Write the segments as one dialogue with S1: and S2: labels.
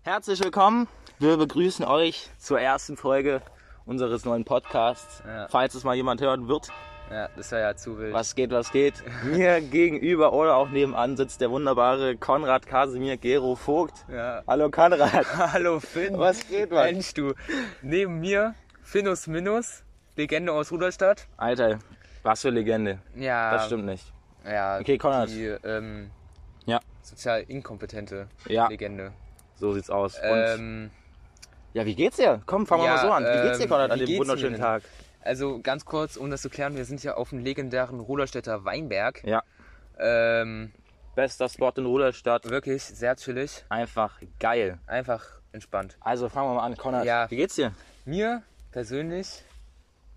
S1: Herzlich willkommen. Wir begrüßen euch zur ersten Folge unseres neuen Podcasts.
S2: Ja.
S1: Falls es mal jemand hören wird.
S2: Ja, das wäre ja zu wild.
S1: Was geht, was geht? Mir gegenüber oder auch nebenan sitzt der wunderbare Konrad Kasimir Gero Vogt.
S2: Ja.
S1: Hallo Konrad.
S2: Hallo Finn.
S1: Was geht, Mann?
S2: Mensch, du. Neben mir Finus Minus, Legende aus Ruderstadt.
S1: Alter, was für Legende.
S2: Ja.
S1: Das stimmt nicht.
S2: Ja,
S1: Okay, Konrad.
S2: Die ähm,
S1: Ja.
S2: sozial inkompetente
S1: Ja.
S2: Legende.
S1: So sieht's aus. Und
S2: Ähm,
S1: ja, wie geht's dir? Komm, fangen wir
S2: ja,
S1: mal so an. Wie geht's dir,
S2: ähm,
S1: Konrad, an
S2: wie
S1: dem
S2: geht's
S1: wunderschönen
S2: mir denn?
S1: Tag?
S2: also ganz kurz, um das zu klären, wir sind ja auf dem legendären Ruderstädter Weinberg.
S1: Ja.
S2: Ähm,
S1: Bester Spot in Ruderstadt.
S2: wirklich sehr chillig,
S1: Einfach geil.
S2: einfach entspannt.
S1: Also fangen wir mal an, Konrad.
S2: Ja.
S1: Wie geht's dir?
S2: Mir persönlich,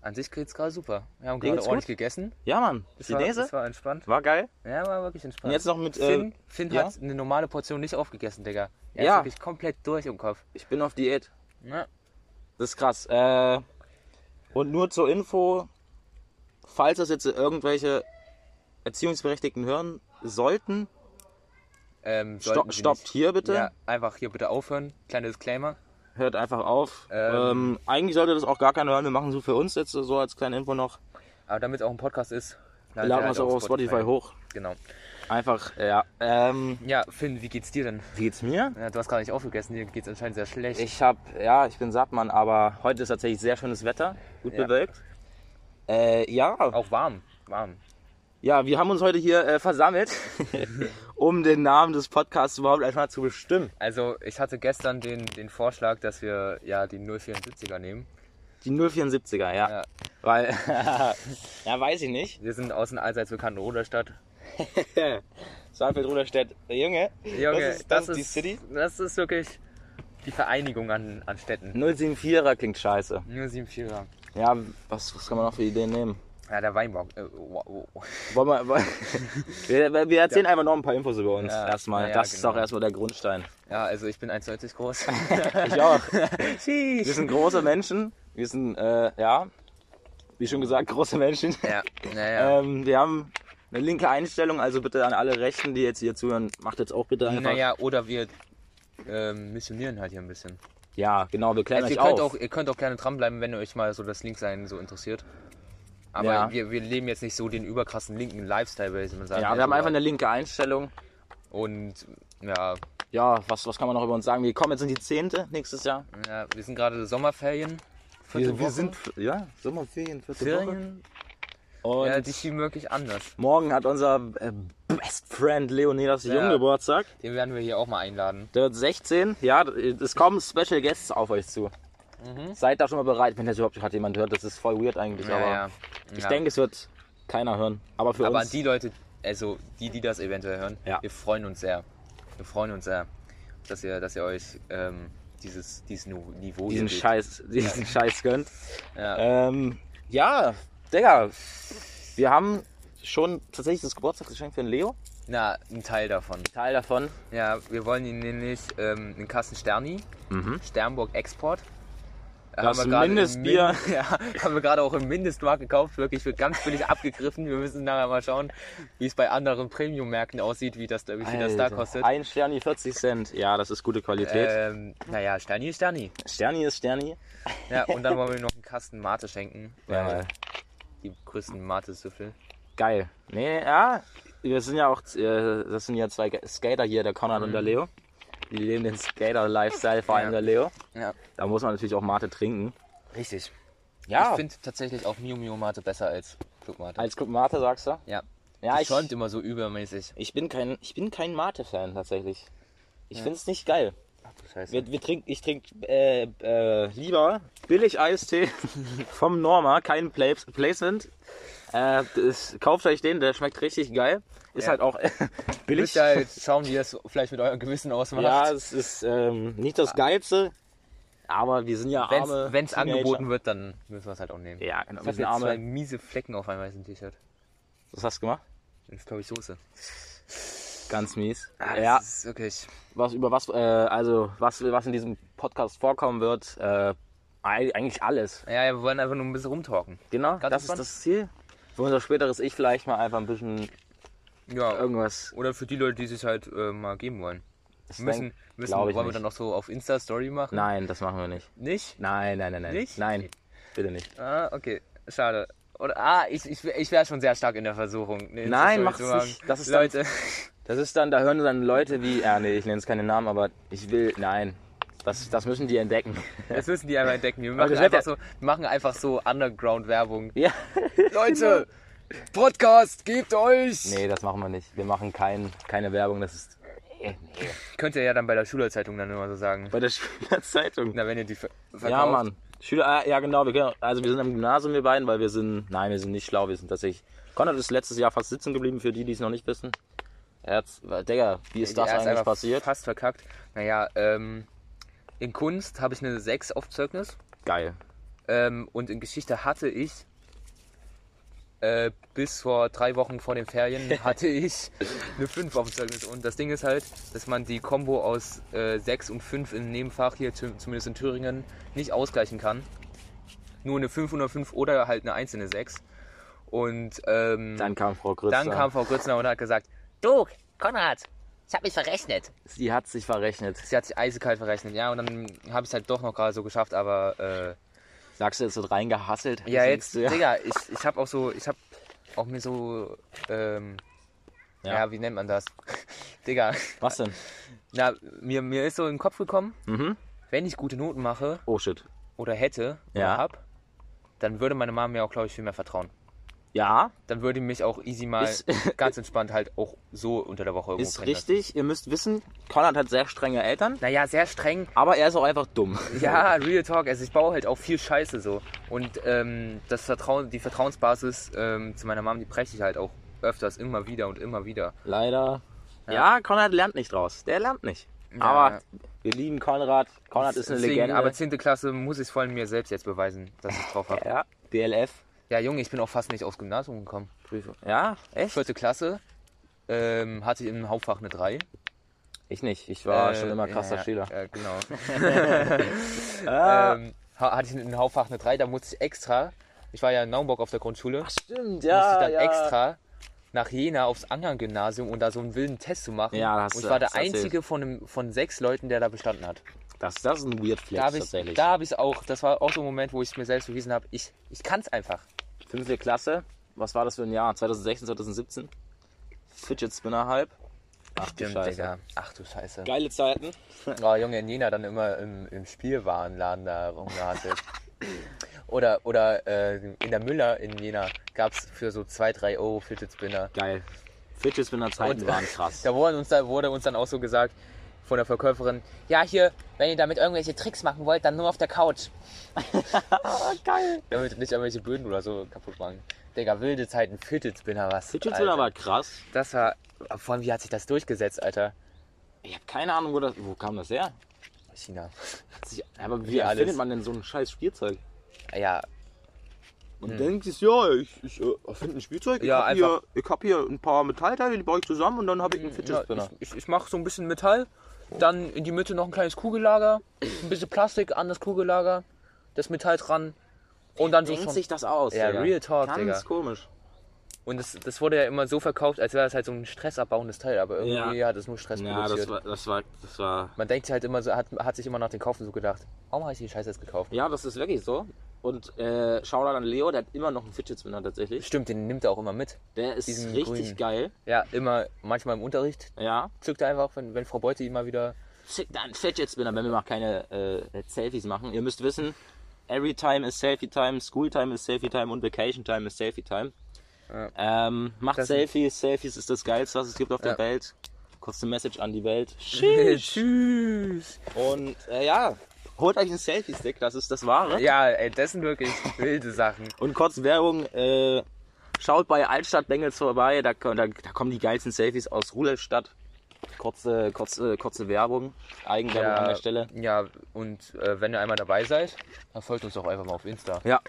S2: an sich geht's gerade super. Wir haben
S1: Dir
S2: gerade
S1: geht's
S2: ordentlich
S1: gut?
S2: gegessen.
S1: Ja, Mann.
S2: Das war,
S1: Chinese?
S2: das war entspannt.
S1: War geil.
S2: Ja, war wirklich
S1: Und
S2: entspannt.
S1: jetzt noch mit. Äh,
S2: Finn, Finn
S1: ja?
S2: hat eine normale Portion nicht aufgegessen, Digga. Er
S1: Ja.
S2: ist wirklich komplett durch im Kopf.
S1: ich bin auf Diät.
S2: Ja.
S1: Das ist krass. Äh, und nur zur Info, falls das jetzt irgendwelche Erziehungsberechtigten hören sollten,
S2: Ähm,
S1: sto
S2: sollten Sie
S1: stoppt
S2: nicht.
S1: hier bitte.
S2: Ja, einfach hier bitte aufhören. Kleiner Disclaimer.
S1: Hört einfach auf. Ähm,
S2: Ähm.
S1: eigentlich sollte das auch gar keiner hören. Wir machen so für uns jetzt so als kleine Info noch.
S2: Aber damit es auch ein Podcast ist,
S1: Wir
S2: laden
S1: laden
S2: wir
S1: uns
S2: halt
S1: auch auf Spotify, hoch.
S2: Genau.
S1: Einfach, ja. Ähm,
S2: Ja, Finn, wie geht's dir denn?
S1: wie geht's mir?
S2: Ja, du hast gar nicht aufgegessen, dir geht's anscheinend sehr schlecht.
S1: Ich hab, ja, ich bin satt, Mann, aber heute ist tatsächlich sehr schönes Wetter. Gut
S2: Ja.
S1: bewölkt. Äh, ja,
S2: Auch warm. Warm.
S1: Ja, wir haben uns heute hier äh, versammelt, um den Namen des Podcasts überhaupt erstmal zu bestimmen.
S2: Also, ich hatte gestern den, den Vorschlag, dass wir ja die 074er nehmen.
S1: Die 074er, ja.
S2: Ja.
S1: Weil, ja, weiß ich nicht.
S2: Wir sind aus einer allseits bekannten Ruderstadt.
S1: Saalfeld Ruderstedt, Junge,
S2: Junge,
S1: das ist, das ist die City.
S2: Das ist wirklich die Vereinigung an, an Städten.
S1: 074er klingt scheiße.
S2: Nur 74er.
S1: Ja, was, was kann man noch für Ideen nehmen?
S2: Ja, der Weinbau. Äh, wow, wow.
S1: Wollen wir, wollen- wir, wir erzählen einfach noch ein paar Infos über uns
S2: Ja,
S1: erstmal.
S2: ja,
S1: das ist
S2: genau.
S1: auch erstmal der Grundstein.
S2: Ja, also ich bin 1,90 groß.
S1: Ich auch. Wir
S2: Sheesh.
S1: sind große Menschen. Wir sind, äh, ja, wie schon gesagt, große Menschen.
S2: ja, naja.
S1: Ähm, wir haben eine linke Einstellung, also bitte an alle Rechten, die jetzt hier zuhören, macht jetzt auch bitte einfach.
S2: naja, oder wir ähm, missionieren halt hier ein bisschen.
S1: Ja, genau, wir klären
S2: Also ihr
S1: euch
S2: könnt
S1: auf.
S2: auch, ihr könnt auch gerne dranbleiben, wenn euch mal so das Linksein so interessiert. Aber
S1: Ja.
S2: wir, wir leben jetzt nicht so den überkrassen linken Lifestyle, würde ich mal sagen.
S1: ja, wir haben einfach eine linke Einstellung.
S2: Und ja,
S1: Ja, was, was kann man noch über uns sagen? Wir kommen jetzt in die zehnte nächstes Jahr.
S2: ja, wir sind gerade Sommerferien. vierte
S1: Wir, wir
S2: Woche.
S1: sind, ja, Sommerferien, vierte
S2: Ferien.
S1: Woche. Und
S2: Ja, die schieben wirklich anders.
S1: morgen hat unser äh, Best Friend Leonidas
S2: Ja.
S1: Jung Geburtstag.
S2: Den werden wir hier auch mal einladen.
S1: Der wird 16. Ja, es kommen Special Guests auf euch zu.
S2: Mhm.
S1: Seid da schon mal bereit, wenn das überhaupt gerade jemand hört. Das ist voll weird eigentlich, aber ich denke, es wird keiner hören. Aber für
S2: Aber
S1: uns.
S2: an die Leute, also die, die das eventuell hören,
S1: Ja.
S2: wir freuen uns sehr. Wir freuen uns sehr, dass ihr, dass ihr euch ähm, dieses, dieses Nu- Niveau
S1: diesen
S2: hier gebt.
S1: Scheiß, diesen Scheiß gönnt.
S2: Ja.
S1: Ähm, ja, Digga, wir haben schon tatsächlich das Geburtstagsgeschenk für den Leo.
S2: Na, ein Teil davon.
S1: Teil davon.
S2: Ja, wir wollen ihn nämlich ähm, in Kassen Sterni, Sternburg Export. Da
S1: Mhm. Das
S2: haben wir gerade im
S1: Mindestbier.
S2: Min ja, haben wir gerade auch im Mindestmarkt gekauft, wirklich für ganz billig abgegriffen. Wir müssen nachher mal schauen, wie es bei anderen Premium-Märkten aussieht, wie das, wie viel das da
S1: Alter,
S2: kostet.
S1: Ein Sterni 40 Cent. Ja, das ist gute Qualität.
S2: Ähm, naja, Sterni ist Sterni.
S1: Sterni ist Sterni.
S2: Ja, und dann wollen wir noch einen Kasten Mate schenken.
S1: Ja,
S2: Weil die größten Mate-Süffel.
S1: Äh, Geil. Nee, ja. Wir sind ja auch, äh, das sind ja zwei Skater hier, der Konrad und der Leo. Die leben den Skater-Lifestyle, vor allem
S2: Mhm. Ja.
S1: der Leo.
S2: Ja,
S1: Da muss man natürlich auch Mate trinken.
S2: richtig.
S1: Ja,
S2: Ich finde tatsächlich auch Miu Miu Mate besser als Club Mate.
S1: Ah. als Club Mate sagst du?
S2: ja.
S1: Ja,
S2: Die
S1: ich,
S2: schäumt immer so übermäßig.
S1: ich bin kein, ich bin kein Mate-Fan tatsächlich. Ich find's finde es nicht geil.
S2: Scheiße.
S1: Wir, wir trink, ich trinke äh, äh, lieber billig Eistee vom Norma, kein Pla Placement. Äh, das, kauft euch den, der schmeckt richtig geil. Ist
S2: Ja.
S1: halt auch billig.
S2: Müsst ihr halt schauen, wie ihr es vielleicht mit eurem Gewissen ausmacht.
S1: ja, es ist ähm, nicht das Geilste, aber wir sind ja arme.
S2: Wenn es
S1: Teenager.
S2: angeboten wird, dann müssen wir es halt auch nehmen.
S1: Ja, genau.
S2: Ich
S1: Wir
S2: habe
S1: sind
S2: jetzt zwei
S1: arme.
S2: miese Flecken auf meinem weißen T-Shirt.
S1: Was hast du gemacht?
S2: Das ist, glaube ich, Soße.
S1: Ganz mies.
S2: Ah,
S1: ja,
S2: Das ist wirklich...
S1: was über was, äh, also was, was in diesem Podcast vorkommen wird, äh, eig- eigentlich alles.
S2: Ja, ja, wir wollen einfach nur ein bisschen rumtalken.
S1: Genau,
S2: Ganz
S1: das ist
S2: entspannt.
S1: das Ziel. Für unser späteres Ich vielleicht mal einfach ein bisschen
S2: Ja,
S1: irgendwas
S2: oder für die Leute, die sich halt äh, mal geben wollen.
S1: Das
S2: Müssen,
S1: denk-
S2: müssen
S1: glaub
S2: wollen
S1: ich
S2: wir
S1: nicht.
S2: dann noch so auf Insta-Story machen?
S1: Nein, das machen wir nicht.
S2: Nicht?
S1: Nein, nein, nein, nein.
S2: Nicht?
S1: Nein, bitte nicht.
S2: Ah, okay. Schade. Oder, ah, ich, ich, ich wäre schon sehr stark in der Versuchung. eine
S1: Nein,
S2: Insta-Story
S1: mach's
S2: zu machen.
S1: nicht. Das ist dann-
S2: Leute.
S1: Das ist dann, da hören dann Leute wie, ja nee, ich nenne jetzt keine Namen, aber ich will, nein. Das, das müssen die entdecken.
S2: Das müssen die einmal entdecken. Wir machen,
S1: das wird
S2: einfach
S1: ja-
S2: so, wir machen einfach so Underground-Werbung.
S1: Ja.
S2: Leute, Podcast, gebt euch!
S1: Nee, das machen wir nicht. Wir machen kein, keine Werbung, das ist. Nee, nee.
S2: Könnt ihr ja dann bei der Schülerzeitung dann immer so sagen.
S1: Bei der Schülerzeitung.
S2: Na, wenn ihr die ver verkauft.
S1: Ja, Mann. Schüler, ah, ja genau, wir können, also wir sind am Gymnasium, wir beiden, weil wir sind, nein, wir sind nicht schlau, wir sind tatsächlich, Konrad ist letztes Jahr fast sitzen geblieben, für die, die es noch nicht wissen. Er hat's, weil, Digga, wie ist
S2: Ja,
S1: das
S2: ist
S1: eigentlich
S2: einfach
S1: passiert?
S2: Fast verkackt. Naja, ähm, in Kunst habe ich eine 6 auf Zeugnis.
S1: Geil.
S2: Ähm, und in Geschichte hatte ich, äh, bis vor drei Wochen vor den Ferien, hatte ich eine 5 auf dem Zeugnis. Und das Ding ist halt, dass man die Kombo aus äh, 6 und 5 im Nebenfach hier, zu- zumindest in Thüringen, nicht ausgleichen kann. Nur eine 5 oder 5 oder halt eine einzelne 6. Und ähm,
S1: Dann kam Frau Grützer.
S2: dann kam Frau Grützner und hat gesagt,
S3: Du, Konrad, ich hab mich verrechnet.
S1: Sie hat sich verrechnet.
S2: sie hat sich eisekalt verrechnet. Ja, und dann habe ich es halt doch noch gerade so geschafft, aber äh,
S1: Sagst du, jetzt wird reingehasselt?
S2: Ja,
S1: Singst
S2: jetzt,
S1: du, ja.
S2: Digga, ich, ich hab auch so, ich hab auch mir so, ähm,
S1: Ja.
S2: ja. wie nennt man das? Digga,
S1: Was denn?
S2: na, mir, mir ist so in den Kopf gekommen,
S1: Mhm.
S2: wenn ich gute Noten mache
S1: Oh shit.
S2: oder hätte
S1: Ja.
S2: oder hab, dann würde meine Mama mir auch, glaube ich, viel mehr vertrauen.
S1: Ja,
S2: Dann würde die mich auch easy mal
S1: Ist-
S2: ganz entspannt halt auch so unter der Woche irgendwo
S1: ist
S2: pennen lassen.
S1: richtig. Ihr müsst wissen, Konrad hat halt sehr strenge Eltern,
S2: Naja, sehr streng.
S1: aber er ist auch einfach dumm.
S2: Ja, Real Talk. Also ich baue halt auch viel Scheiße so. Und ähm, das Vertrauen, die Vertrauensbasis ähm, zu meiner Mom, die breche ich halt auch öfters immer wieder und immer wieder.
S1: Leider. Ja, Konrad lernt nicht draus. Der lernt nicht.
S2: ja.
S1: Aber wir lieben Konrad. Konrad ist eine
S2: Deswegen,
S1: Legende.
S2: Aber 10. Klasse muss ich es vor allem mir selbst jetzt beweisen, dass ich drauf habe.
S1: ja, DLF.
S2: Ja, Junge, ich bin auch fast nicht aufs Gymnasium gekommen.
S1: Prüfung. Ja, echt?
S2: Vierte Klasse ähm, hatte ich im Hauptfach eine 3.
S1: Ich nicht. Ich war
S2: Äh,
S1: Ah, schon immer krasser
S2: ja,
S1: Schüler.
S2: Ja, genau.
S1: Ah,
S2: ähm, ha- hatte ich im Hauptfach eine 3, da musste ich extra, ich war ja in Naumburg auf der Grundschule, musste
S1: stimmt,
S2: ich
S1: ja.
S2: dann
S1: ja.
S2: extra nach Jena aufs Angern-Gymnasium und da so einen wilden Test zu machen.
S1: Ja, hast
S2: und
S1: du-
S2: ich war der
S1: hast du erzählt.
S2: Einzige von, einem, von sechs Leuten, der da bestanden hat.
S1: Das, das ist ein Weird Flex
S2: Da habe ich,
S1: tatsächlich.
S2: da hab ich auch, das war auch so ein Moment, wo ich mir selbst bewiesen habe, ich, ich kann es einfach.
S1: Fünfte Klasse. Was war das für ein Jahr? 2016, 2017? Fidget Spinner Hype. Ach, du Scheiße.
S2: Ach du Scheiße.
S1: Geile Zeiten.
S2: Oh, Junge, in Jena dann immer im, im Spielwarenladen da rumgehasselt. oder oder äh, in der Müller in Jena gab es für so 2, 3 Euro Fidget Spinner.
S1: Geil. Fidget Spinner Zeiten
S2: Und-
S1: waren krass.
S2: Da wurde, uns, da wurde uns dann auch so gesagt von der Verkäuferin, ja hier, wenn ihr damit irgendwelche Tricks machen wollt, dann nur auf der Couch.
S1: Geil.
S2: Damit nicht irgendwelche Böden oder so kaputt machen. Digga, wilde Zeiten, Fidget Spinner, was?
S1: Fidget
S2: Alter.
S1: Spinner war krass.
S2: Das war, vor allem, wie hat sich das durchgesetzt, Alter?
S1: Ich habe keine Ahnung, wo, das, wo kam das her.
S2: China.
S1: Hat sich- Aber wie,
S2: Wie alles. Hm.
S1: findet man denn so ein scheiß Spielzeug?
S2: Ja,
S1: Und denkt sich, ja, ich, ich äh, finde ein Spielzeug. Ich
S2: Ja,
S1: hab hier, ich hab hier ein paar Metallteile, die baue ich zusammen und dann habe ich einen Fidget
S2: Hm, Ja,
S1: Spinner.
S2: ich ich, ich mache so ein bisschen Metall, dann in die Mitte noch ein kleines Kugellager, ein bisschen Plastik an das Kugellager, das Metall dran und dann so
S1: Denkt
S2: schon.
S1: sich das aus.
S2: Ja,
S1: Digga.
S2: Real Talk,
S1: Ganz
S2: Digga.
S1: komisch.
S2: Und das, das wurde ja immer so verkauft, als wäre das halt so ein stressabbauendes Teil, aber irgendwie
S1: Ja.
S2: hat es nur Stress
S1: Ja, das
S2: produziert.
S1: war, das war, das war
S2: Man denkt sich halt immer so, hat, hat sich immer nach den Kaufen so gedacht, warum habe ich die Scheiße jetzt gekauft?
S1: Ja, das ist wirklich so. Und äh, Shoutout an Leo, der hat immer noch einen Fidget Spinner tatsächlich.
S2: Stimmt, den nimmt er auch immer mit.
S1: Der ist
S2: Diesen
S1: richtig
S2: grünen.
S1: geil.
S2: Ja, immer, manchmal im Unterricht
S1: Ja.
S2: zückt er einfach, wenn, wenn Frau Beute ihm mal wieder.
S1: Schick da einen Fidget Spinner, wenn wir mal keine äh, Selfies machen. Ihr müsst wissen, every time is Selfie time, School time is Selfie time und Vacation time is Selfie time. Ähm, macht
S2: Das-
S1: Selfies, Selfies ist das geilste, was es gibt auf der
S2: Ja.
S1: Welt. Kurze Message an die Welt.
S2: Tschüss!
S1: Und äh, ja, holt euch einen Selfie-Stick, das ist das Wahre.
S2: Ja, ey, das sind wirklich wilde Sachen.
S1: Und kurz Werbung, äh, schaut bei Altstadt Bengels vorbei, da, ko- da, da kommen die geilsten Selfies aus Rudolstadt. Kurze, kurze, kurze Werbung, Eigenwerbung an der Stelle.
S2: Ja, und äh, wenn ihr einmal dabei seid, dann folgt uns doch einfach mal auf Insta.
S1: Ja.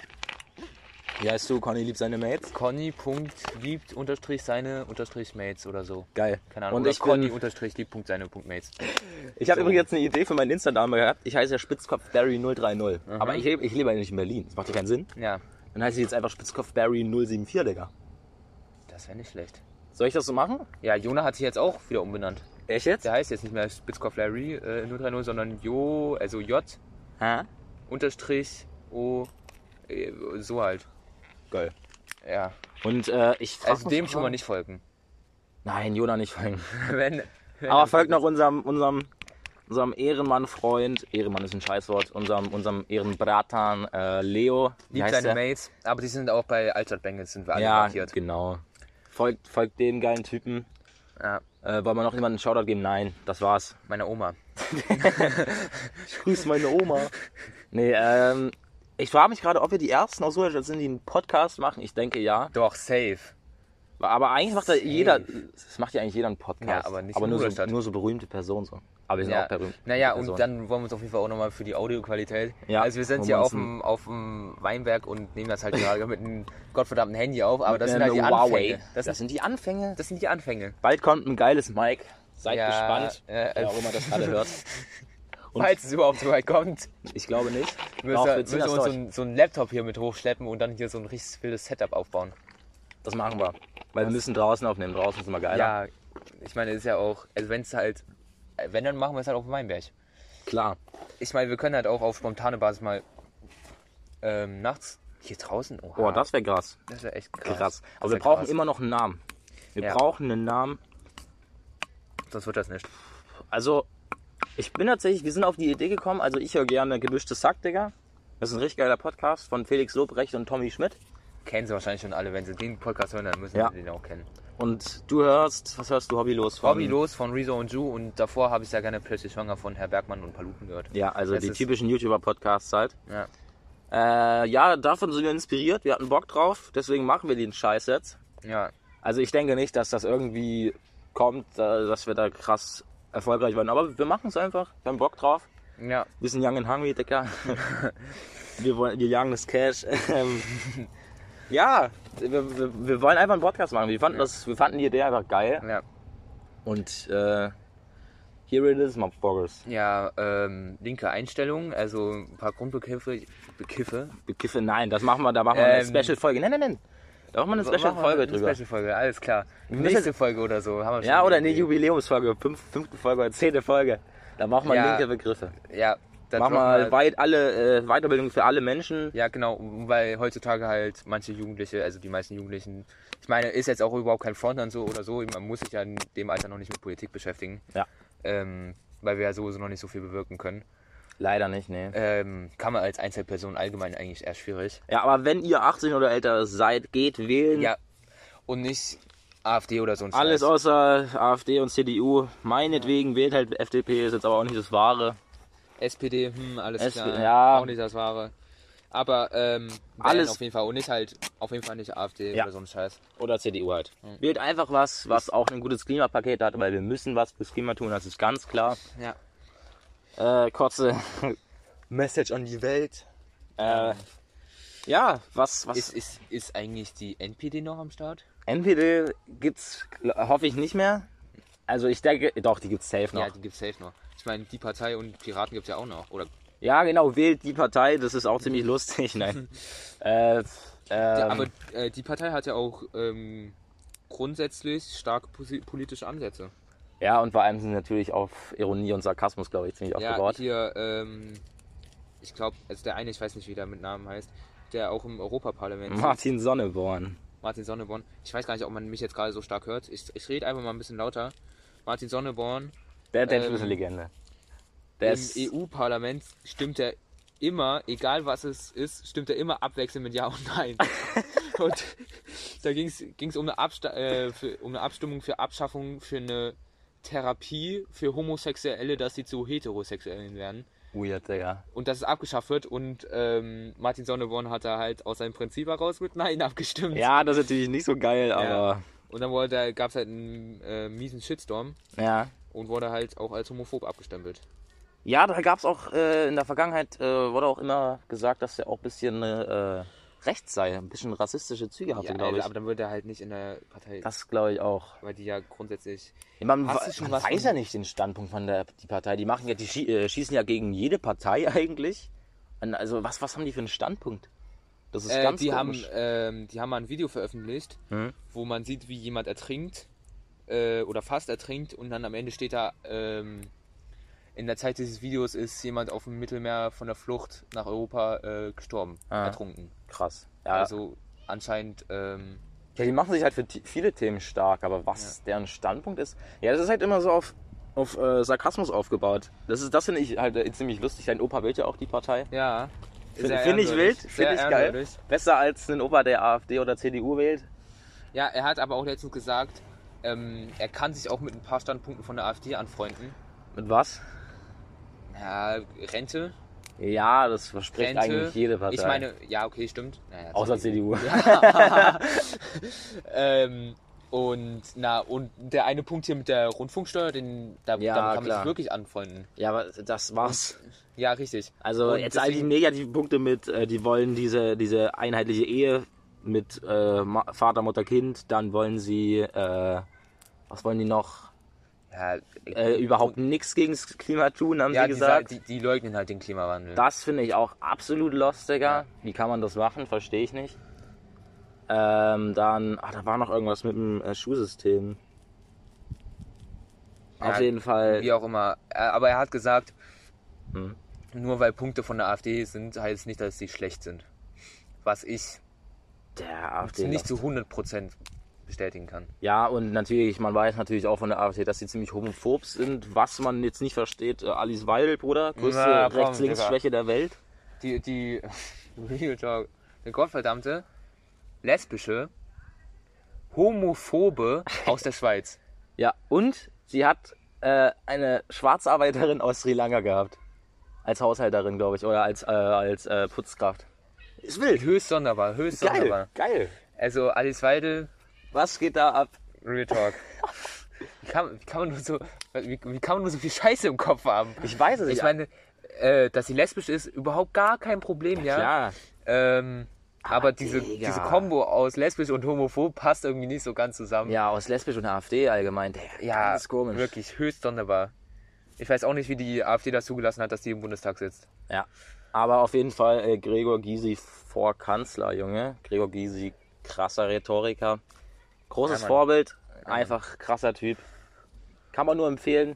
S1: Wie heißt du? Conny liebt seine Mates.
S2: Conny.liebt unterstrich seine unterstrich Mates oder so.
S1: Geil.
S2: Keine Ahnung.
S1: Und
S2: oder
S1: ich
S2: Conny
S1: bin,
S2: unterstrich liebt Punkt seine Punkt Mates.
S1: ich habe übrigens eine Idee für meinen Insta-Namen gehabt. Ich heiße ja Spitzkopf Barry 030.
S2: Mhm.
S1: Aber ich, lebe- ich lebe eigentlich in Berlin. Das macht ja keinen Sinn.
S2: Ja,
S1: Dann heiße ich jetzt einfach Spitzkopf Barry 074, Digga.
S2: das wäre nicht schlecht.
S1: Soll ich das so machen?
S2: Ja, Jona hat sich jetzt auch wieder umbenannt.
S1: Echt jetzt?
S2: Der heißt jetzt nicht mehr Spitzkopf Larry äh, 030, sondern Jo, also J,
S1: Ja.
S2: Unterstrich, O, äh, so halt.
S1: Geil.
S2: Ja.
S1: Und äh, ich frag
S2: Also
S1: mich
S2: dem schon mal
S1: gerade-
S2: nicht folgen.
S1: Nein, Jona nicht folgen.
S2: Wenn, wenn
S1: Aber folgt noch unserem, unserem, unserem Ehrenmann-Freund, Ehrenmann ist ein Scheißwort, unserem, unserem Ehrenbratan äh, Leo. Wie
S2: Lieb
S1: heißt
S2: seine
S1: der?
S2: Mates, aber die sind auch bei Altstadt Bengals sind wir alle
S1: Ja,
S2: markiert.
S1: genau. Folgt, folgt dem geilen Typen.
S2: Ja,
S1: Äh, wollen wir noch jemanden einen Shoutout geben? Nein, das war's.
S2: meiner Ah, Oma.
S1: Ich grüße meine Oma. nee, ähm, ich frage mich gerade, ob wir die ersten aus Ruhrstadt sind, die einen Podcast machen. Ich denke ja.
S2: Doch, safe.
S1: Aber eigentlich macht ja
S2: Safe.
S1: jeder, das macht ja eigentlich jeder einen Podcast.
S2: Ja, aber nicht in
S1: nur, so,
S2: Ruhrstadt.
S1: nur so berühmte Personen so. Aber wir sind
S2: Ja.
S1: auch berühmt.
S2: Naja,
S1: berühmte
S2: und
S1: Personen.
S2: dann wollen wir uns auf jeden Fall auch nochmal für die Audioqualität.
S1: Ja,
S2: also wir
S1: wo
S2: sind
S1: wir
S2: ja
S1: uns
S2: auf dem, auf dem Weinberg und nehmen das halt gerade mit einem gottverdammten Handy auf, aber das
S1: Äh,
S2: sind halt die
S1: eine Huawei.
S2: Anfänge. Das,
S1: Das,
S2: sind,
S1: sind die Anfänge.
S2: das sind die Anfänge.
S1: Bald kommt ein geiles Mic. Seid
S2: Ja,
S1: gespannt,
S2: äh, äh,
S1: warum man das gerade hört. Und-
S2: Falls es überhaupt so weit kommt,
S1: Ich glaube nicht.
S2: müssen
S1: Doch,
S2: wir,
S1: wir
S2: müssen
S1: ziehen
S2: wir
S1: das
S2: uns so
S1: durch.
S2: einen so einen Laptop hier mit hochschleppen und dann hier so ein richtig wildes Setup aufbauen.
S1: Das machen wir. Weil wir müssen draußen aufnehmen. Draußen ist immer geiler.
S2: Ja, ich meine, es ist ja auch, also wenn es halt, äh, wenn, dann machen wir es halt auf dem Weinberg.
S1: Klar.
S2: Ich meine, wir können halt auch auf spontane Basis mal ähm, nachts hier draußen. Oha,
S1: Boah, das wäre krass.
S2: das ist ja echt
S1: Krass.
S2: krass. Das
S1: Aber wir
S2: wär
S1: brauchen
S2: krass.
S1: immer noch einen Namen. Wir
S2: Ja.
S1: brauchen einen Namen.
S2: Sonst wird das nicht.
S1: Also, ich bin tatsächlich, wir sind auf die Idee gekommen, also ich höre gerne Gemischtes Sack, Digga. Das ist ein richtig geiler Podcast von Felix Lobrecht und Tommy Schmidt.
S2: Kennen sie wahrscheinlich schon alle. Wenn sie den Podcast hören, dann müssen
S1: Ja.
S2: sie den auch kennen.
S1: Und du hörst, was hörst du, Hobbylos? von-
S2: Bobby Los von Rezo und Ju und davor habe ich ja gerne plötzlich schwanger von Herr Bergmann und Paluten gehört.
S1: Ja, also
S2: Das
S1: die
S2: ist-
S1: typischen YouTuber-Podcasts halt.
S2: Ja.
S1: Äh, ja, davon sind wir inspiriert, wir hatten Bock drauf, deswegen machen wir den Scheiß jetzt.
S2: Ja,
S1: Also ich denke nicht, dass das irgendwie kommt, äh, dass wir da krass erfolgreich werden, aber wir machen es einfach, wir haben Bock drauf.
S2: ja.
S1: Wir sind young and hungry, Digga. wir, wollen, wir jagen das Cash. Ähm, ja, wir, wir, wir wollen einfach einen Podcast machen. Wir fanden, das, wir fanden die Idee einfach geil.
S2: ja.
S1: Und äh, here it is, motherfuckers.
S2: ja ähm, linke Einstellung, also ein paar Grundbegriffe. Bekiffe.
S1: Bekiffe, nein, das machen wir, da machen wir eine
S2: Ähm.
S1: Special-Folge. Nein, nein, nein. Da machen wir eine
S2: Machen wir
S1: Special-Folge
S2: eine
S1: drüber.
S2: Special-Folge, alles klar.
S1: müssen-
S2: Nächste Folge oder so. Haben wir schon
S1: ja, oder eine
S2: irgendwie.
S1: Jubiläumsfolge, fünf, fünfte Folge oder zehnte Folge. Da machen wir
S2: Ja.
S1: linke Begriffe.
S2: Ja, dann
S1: Machen wir weit alle, äh, Weiterbildung für alle Menschen.
S2: Ja, genau, weil heutzutage halt manche Jugendliche, also die meisten Jugendlichen, ich meine, ist jetzt auch überhaupt kein Front und so oder so, man muss sich ja in dem Alter noch nicht mit Politik beschäftigen.
S1: Ja.
S2: Ähm, weil wir ja sowieso noch nicht so viel bewirken können.
S1: Leider nicht, nee.
S2: Ähm, kann man als Einzelperson allgemein eigentlich eher schwierig.
S1: Ja, aber wenn ihr 18 oder älter seid, geht wählen.
S2: Ja. Und nicht AfD oder so ein
S1: Alles
S2: Scheiß.
S1: außer AfD und CDU. Meinetwegen wählt halt FDP, ist jetzt aber auch nicht das Wahre.
S2: SPD, hm, alles
S1: SP
S2: klar.
S1: ja.
S2: Auch nicht das Wahre. Aber ähm,
S1: Alles-
S2: alles auf jeden Fall. Und nicht halt, auf jeden Fall nicht AfD
S1: Ja.
S2: oder so ein Scheiß.
S1: Oder CDU halt. Wählt einfach was, was auch ein gutes Klimapaket hat, weil wir müssen was fürs Klima tun, das ist ganz klar.
S2: Ja.
S1: Äh, kurze Message an die Welt. Äh, ja, was, was
S2: Ist, ist, ist eigentlich die NPD noch am Start?
S1: NPD gibt's, gl- hoffe ich nicht mehr. Also ich denke, doch, die gibt's safe noch.
S2: Ja, die gibt's safe noch. Ich meine, die Partei und Piraten gibt's ja auch noch. Oder
S1: Ja, genau, wählt die Partei, das ist auch ziemlich lustig. Nein. äh, ähm,
S2: aber äh, die Partei hat ja auch ähm, grundsätzlich starke posi- politische Ansätze.
S1: Ja, und vor allem sind sie natürlich auf Ironie und Sarkasmus, glaube ich, ziemlich
S2: Ja,
S1: aufgebaut.
S2: hier, ähm, ich glaube, also der eine, ich weiß nicht, wie der mit Namen heißt, der auch im Europaparlament sitzt,
S1: Martin Sonneborn.
S2: Martin Sonneborn. Ich weiß gar nicht, ob man mich jetzt gerade so stark hört. Ich, ich rede einfach mal ein bisschen lauter. Martin Sonneborn
S1: Der, der
S2: Ähm,
S1: ist eine Legende. Der ist,
S2: im E EU-Parlament stimmt er immer, egal was es ist, stimmt er immer abwechselnd mit Ja und Nein. und da ging es um, eine Absta- äh, für- um eine Abstimmung für Abschaffung für eine Therapie für Homosexuelle, dass sie zu Heterosexuellen werden.
S1: weird, Digga.
S2: Und dass es abgeschafft wird und ähm, Martin Sonneborn hat da halt aus seinem Prinzip heraus mit Nein abgestimmt.
S1: Ja, das ist natürlich nicht so geil, aber
S2: Und dann wurde, gab es halt einen äh, miesen Shitstorm
S1: ja.
S2: und wurde halt auch als homophob abgestempelt.
S1: Ja, da gab es auch äh, in der Vergangenheit, äh, wurde auch immer gesagt, dass der auch ein bisschen äh, rechts sei, ein bisschen rassistische Züge hatte,
S2: Ja,
S1: glaube ich.
S2: aber dann wird er halt nicht in der Partei,
S1: Das glaube ich auch.
S2: weil die ja grundsätzlich
S1: Man,
S2: Hast du
S1: we-
S2: schon
S1: man
S2: was
S1: weiß
S2: von-
S1: ja nicht den Standpunkt von der die Partei. Die machen ja, die schie äh, schießen ja gegen jede Partei eigentlich. Und also was, was haben die für einen Standpunkt? Das ist
S2: Äh,
S1: ganz
S2: die, haben,
S1: komisch.
S2: ähm, die haben mal ein Video veröffentlicht,
S1: Mhm.
S2: wo man sieht, wie jemand ertrinkt äh, oder fast ertrinkt und dann am Ende steht da, ähm, in der Zeit dieses Videos ist jemand auf dem Mittelmeer von der Flucht nach Europa äh, gestorben,
S1: Ah.
S2: ertrunken.
S1: Krass. Ja, also,
S2: Also anscheinend, ähm,
S1: ja, die machen sich halt für ti- viele Themen stark, aber was deren Standpunkt ist, ja, das ist halt immer so auf, auf äh, Sarkasmus aufgebaut. Das ist, das finde ich halt äh, ziemlich lustig. Dein Opa wählt ja auch die Partei.
S2: ja.
S1: Finde
S2: sehr
S1: find ich wild,
S2: ehrenwürdig, sehr
S1: finde ich geil.
S2: ehrenwürdig.
S1: Besser als ein Opa, der AfD oder CDU wählt.
S2: Ja, er hat aber auch letztens gesagt, ähm, er kann sich auch mit ein paar Standpunkten von der AfD anfreunden.
S1: Mit was?
S2: Ja, Rente.
S1: Ja, das verspricht
S2: Rente.
S1: eigentlich jede Partei.
S2: Ich meine, ja, okay, stimmt. Naja,
S1: Außer CDU.
S2: ähm, und na und der eine Punkt hier mit der Rundfunksteuer, den da,
S1: Ja,
S2: damit kann man
S1: klar.
S2: sich wirklich anfreunden.
S1: Ja, aber das war's.
S2: Ja, richtig.
S1: Also
S2: Und
S1: jetzt all die
S2: deswegen-
S1: negativen Punkte mit, äh, die wollen diese, diese einheitliche Ehe mit äh, Ma- Vater, Mutter, Kind, dann wollen sie, äh, was wollen die noch?
S2: Ja,
S1: Äh, überhaupt nichts gegen das Klima tun, haben
S2: ja,
S1: sie
S2: die,
S1: gesagt.
S2: sa- die, die leugnen halt den Klimawandel.
S1: das finde ich auch absolut lost, Digga.
S2: Ja.
S1: Wie kann man das machen? Verstehe ich nicht. Ähm, dann, ah, da war noch irgendwas mit dem äh, Schulsystem.
S2: Ja,
S1: Auf jeden Fall.
S2: Wie auch immer. Äh, Aber er hat gesagt,
S1: Hm.
S2: nur weil Punkte von der AfD sind, heißt es nicht, dass sie schlecht sind. Was ich
S1: Der AfD.
S2: nicht zu 100% bestätigen kann.
S1: Ja, und natürlich, man weiß natürlich auch von der AfD, dass sie ziemlich homophob sind, was man jetzt nicht versteht. Äh, Alice Weidel, Bruder, größte
S2: Na, komm,
S1: Rechts-Links-Schwäche der Welt.
S2: Die, die, Real Talk, eine gottverdammte, lesbische, homophobe aus der Schweiz.
S1: Ja, und sie hat äh, eine Schwarzarbeiterin aus Sri Lanka gehabt. Als Haushälterin, glaube ich, oder als, äh, als äh, Putzkraft. Ist wild.
S2: Höchst sonderbar, höchst
S1: Geil,
S2: sonderbar.
S1: geil.
S2: Also Alice Weidel,
S1: Was geht da ab?
S2: Real Talk. Wie kann, wie, kann man nur so, wie, wie kann man nur so viel Scheiße im Kopf haben?
S1: Ich weiß es nicht.
S2: Ich meine, äh, dass sie lesbisch ist, überhaupt gar kein Problem, ja.
S1: ja, Ah,
S2: Ähm, aber diese,
S1: Digga.
S2: diese Kombo aus lesbisch und homophob passt irgendwie nicht so ganz zusammen.
S1: ja, aus lesbisch und AfD allgemein. Der,
S2: Ja,
S1: ganz komisch.
S2: wirklich höchst sonderbar. Ich weiß auch nicht, wie die AfD das zugelassen hat, dass die im Bundestag sitzt.
S1: Ja. Aber auf jeden Fall äh, Gregor Gysi vor Kanzler, Junge. Gregor Gysi, krasser Rhetoriker. Großes
S2: Ja, Mann.
S1: Vorbild, einfach krasser Typ. Kann man nur empfehlen.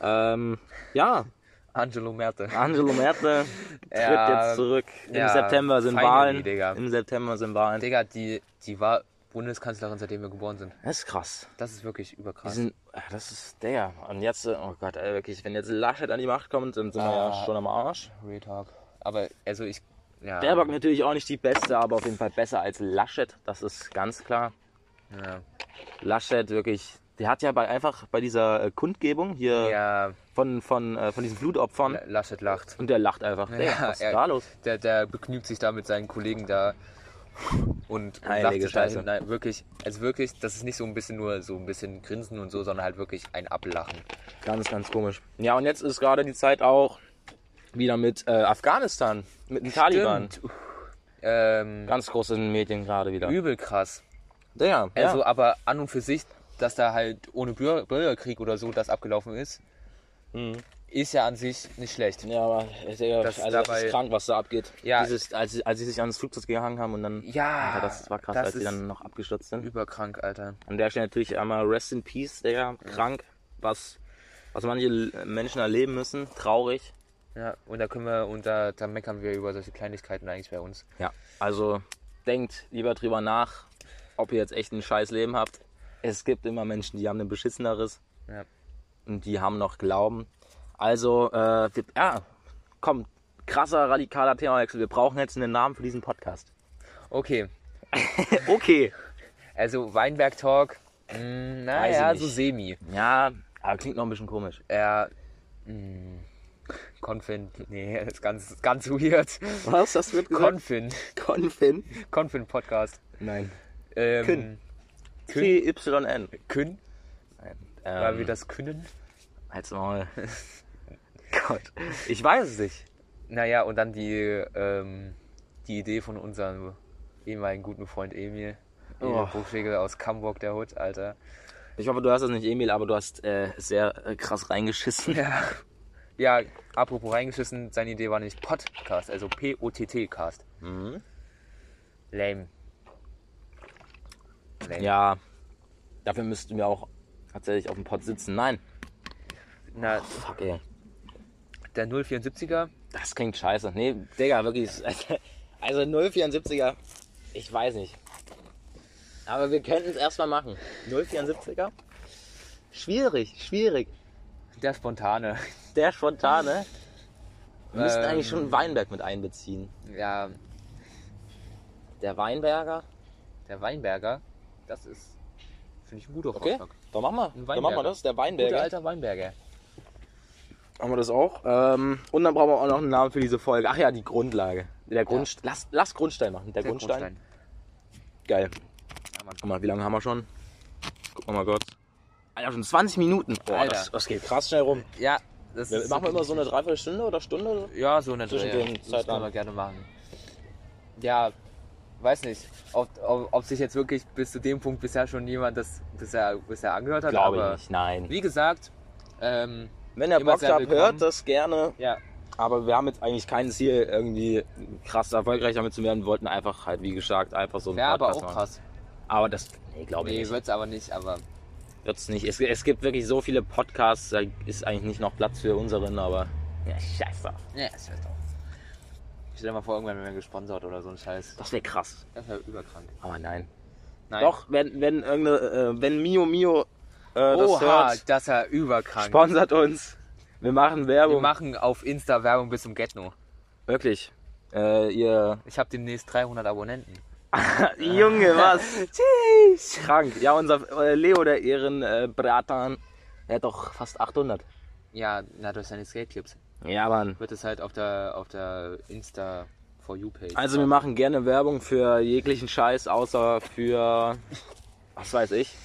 S1: Ähm, ja,
S2: Angelo Merte.
S1: Angelo Merkel tritt
S2: Ja,
S1: jetzt zurück. Im
S2: ja,
S1: September sind
S2: finally,
S1: Wahlen.
S2: Digga.
S1: Im September sind Wahlen.
S2: Digga, die, die war Bundeskanzlerin, seitdem wir geboren sind.
S1: Das ist krass.
S2: Das ist wirklich
S1: Die
S2: überkrass.
S1: sind, ah, das ist der. Und jetzt, äh, oh Gott, ey, wirklich, wenn jetzt Laschet an die Macht kommt, dann sind wir ja
S2: Ah.
S1: schon am Arsch.
S2: Real Talk. Aber, also ich. Ja.
S1: Baerbock natürlich auch nicht die beste, aber auf jeden Fall besser als Laschet. Das ist ganz klar.
S2: Ja.
S1: Laschet wirklich, der hat ja bei einfach bei dieser äh, Kundgebung hier
S2: ja,
S1: von, von, äh, von diesen Blutopfern
S2: La- Laschet lacht.
S1: und der lacht einfach. Digga,
S2: Ja,
S1: was ist
S2: er-
S1: da los?
S2: Der, der begnügt sich da mit seinen Kollegen da. Und
S1: Heilige
S2: lacht sich da
S1: Scheiße.
S2: hin. Nein, wirklich. Also wirklich, das ist nicht so ein bisschen nur so ein bisschen grinsen und so, sondern halt wirklich ein Ablachen.
S1: Ganz, ganz komisch. Ja, und jetzt ist gerade die Zeit auch wieder mit äh, Afghanistan, mit den Taliban.
S2: Stimmt. Ähm,
S1: Ganz groß in den Medien gerade wieder.
S2: übel krass.
S1: Ja,
S2: Also,
S1: ja.
S2: aber an und für sich, dass da halt ohne Bürger Bürgerkrieg oder so das abgelaufen ist,
S1: Mhm.
S2: ist ja an sich nicht schlecht.
S1: Ja, aber Digga,
S2: das
S1: also das
S2: dabei-
S1: ist krank, was da abgeht.
S2: Ja.
S1: Dieses, als, sie- als sie sich ans Flugzeug gehangen haben und dann.
S2: Ja,
S1: Alter, das war krass,
S2: das
S1: als sie
S2: ist-
S1: dann noch abgestürzt sind.
S2: Überkrank, Alter.
S1: An der Stelle natürlich einmal Rest in Peace, Digga. Krank, was, was manche L- Menschen erleben müssen. Traurig.
S2: Ja, und da können wir, und da, da meckern wir über solche Kleinigkeiten eigentlich bei uns.
S1: Ja. Also denkt lieber drüber nach, ob ihr jetzt echt ein scheiß Leben habt. Es gibt immer Menschen, die haben ein beschisseneres
S2: Ja.
S1: und die haben noch Glauben. Also, äh, wir, ja, komm, krasser, radikaler Themawechsel. Wir brauchen jetzt einen Namen für diesen Podcast.
S2: Okay,
S1: Okay.
S2: also Weinberg Talk, mh,
S1: Weiß ich
S2: naja, so
S1: nicht.
S2: semi.
S1: Ja, aber klingt noch ein bisschen komisch.
S2: Er, mh, mm, Confin, nee, das ist ganz, ganz weird.
S1: Was? Das wird
S2: Confin,
S1: Confin?
S2: Confin Podcast.
S1: Nein.
S2: Ähm,
S1: Kün.
S2: Kün,
S1: T-Y-N.
S2: Kün, weil wir
S1: Ähm,
S2: das können.
S1: Halt's Maul. Gott, ich weiß es nicht.
S2: Naja, und dann die, ähm, die Idee von unserem ehemaligen guten Freund Emil. Emil
S1: Oh.
S2: Buchschegel aus Camburg, der Hut, Alter.
S1: Ich hoffe, du hast das nicht, Emil, aber du hast äh, sehr äh, krass reingeschissen.
S2: Ja. ja, apropos reingeschissen, seine Idee war nicht Podcast, also P-O-T-T-Cast.
S1: Mhm.
S2: Lame. Lame.
S1: Ja, Dafür müssten wir auch tatsächlich auf dem Pott sitzen. Nein.
S2: Na,
S1: Fuck, ey.
S2: der 074er,
S1: Das klingt scheiße. Nee, Digga, wirklich. Also 074er, ich weiß nicht. Aber wir könnten es erstmal machen. 074er? Schwierig, schwierig.
S2: der spontane.
S1: Der spontane. Wir müssten
S2: Ähm.
S1: eigentlich schon Weinberg mit einbeziehen.
S2: Ja,
S1: Der Weinberger?
S2: der Weinberger, das ist, finde ich, ein guter
S1: Okay,
S2: Vorschlag.
S1: dann machen wir.
S2: Ein
S1: Dann machen wir
S2: Weinberger.
S1: das, der
S2: Guter
S1: Weinberger.
S2: alter Weinberger.
S1: Haben wir das auch. Ähm, und dann brauchen wir auch noch einen Namen für diese Folge. Ach ja, die Grundlage. Der Grundst lass, lass Grundstein machen. Der,
S2: Der
S1: Grundstein.
S2: Grundstein.
S1: Geil.
S2: Ja, Mann.
S1: Guck mal, wie lange haben wir schon? Gucken wir mal kurz. Alter, schon 20 Minuten. Boah,
S2: Alter.
S1: das, das geht krass schnell rum.
S2: Ja, das
S1: Wir
S2: ist
S1: machen wir immer so eine Dreiviertelstunde oder Stunde oder so?
S2: Ja, so eine
S1: Zwischen
S2: Dreh.
S1: den
S2: Das
S1: Zeitrahmen.
S2: können wir gerne machen. Ja, weiß nicht, ob, ob, ob sich jetzt wirklich bis zu dem Punkt bisher schon jemand das bisher, bisher angehört hat. aber
S1: nein.
S2: Wie gesagt, ähm,
S1: Wenn ihr
S2: Immer
S1: Bock
S2: sehr
S1: habt,
S2: willkommen.
S1: hört das gerne.
S2: ja,
S1: Aber wir haben jetzt eigentlich kein Ziel, irgendwie krass erfolgreich damit zu werden. Wir wollten einfach halt, wie gesagt, einfach so ein
S2: wäre aber auch
S1: machen.
S2: krass.
S1: Aber das, nee, glaube ich
S2: Nee,
S1: nicht.
S2: wird's aber nicht, aber
S1: Wird's nicht. Es, es gibt wirklich so viele Podcasts, da ist eigentlich nicht noch Platz für unseren, aber. Ja, scheiß drauf.
S2: ja, es wird auch. Ich stell dir mal vor, irgendwann werden wir gesponsert oder so ein Scheiß.
S1: Das wäre krass.
S2: Das wäre überkrank.
S1: Aber nein.
S2: Nein.
S1: Doch, wenn, wenn irgendeine, äh, wenn Mio Mio äh, das
S2: Oha,
S1: hört,
S2: das ist ja überkrank.
S1: sponsert uns. Wir machen Werbung.
S2: wir machen auf Insta Werbung bis zum Getno.
S1: Wirklich. Äh, ihr.
S2: Ich habe demnächst 300 Abonnenten.
S1: Junge, was? Tschüss. Krank. Ja, unser äh, Leo, der Ehren äh, Bratan, der hat doch fast 800.
S2: Ja, na, durch seine Skateclips.
S1: Ja, Mann.
S2: wird es halt auf der, auf der Insta For You Page.
S1: Also wir machen gerne Werbung für jeglichen Scheiß, außer für. Was weiß ich.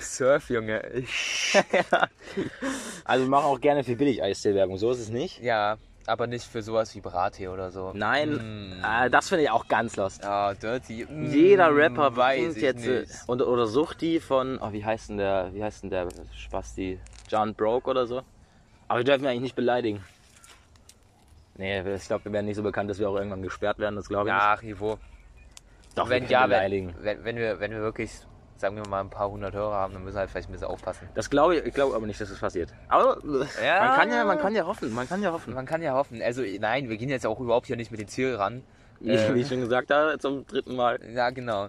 S2: Surf, Junge.
S1: Also wir machen auch gerne viel Billig-Eistee-Werbung, so ist es nicht.
S2: Ja, aber nicht für sowas wie Brattee oder so. Hm.
S1: Nein, äh, das finde ich auch ganz lost.
S2: Ah, Dirty. Mm,
S1: Jeder Rapper
S2: weiß
S1: weiß
S2: ich
S1: jetzt äh,
S2: nicht.
S1: und, oder sucht die von, oh, wie heißt denn der, wie heißt denn der Spasti? John Broke oder so. Aber wir dürfen ihn eigentlich nicht beleidigen. Nee, ich glaube, wir werden nicht so bekannt, dass wir auch irgendwann gesperrt werden, das glaube ich.
S2: Ach, Ivo.
S1: nicht. Doch,
S2: Wenn
S1: wir
S2: ja,
S1: können
S2: wenn,
S1: beleidigen.
S2: wenn, wenn, wir, wenn wir wirklich, sagen wir mal, ein paar hundert Hörer haben, dann müssen wir halt vielleicht ein bisschen aufpassen.
S1: Das glaube ich, ich glaube aber nicht, dass das passiert. Aber
S2: Ja.
S1: man kann ja, man kann ja hoffen, man kann ja hoffen.
S2: Man kann ja hoffen. Also, nein, wir gehen jetzt auch überhaupt hier nicht mit dem Ziel ran. Äh.
S1: Wie ich schon gesagt habe, zum dritten Mal.
S2: Ja, genau.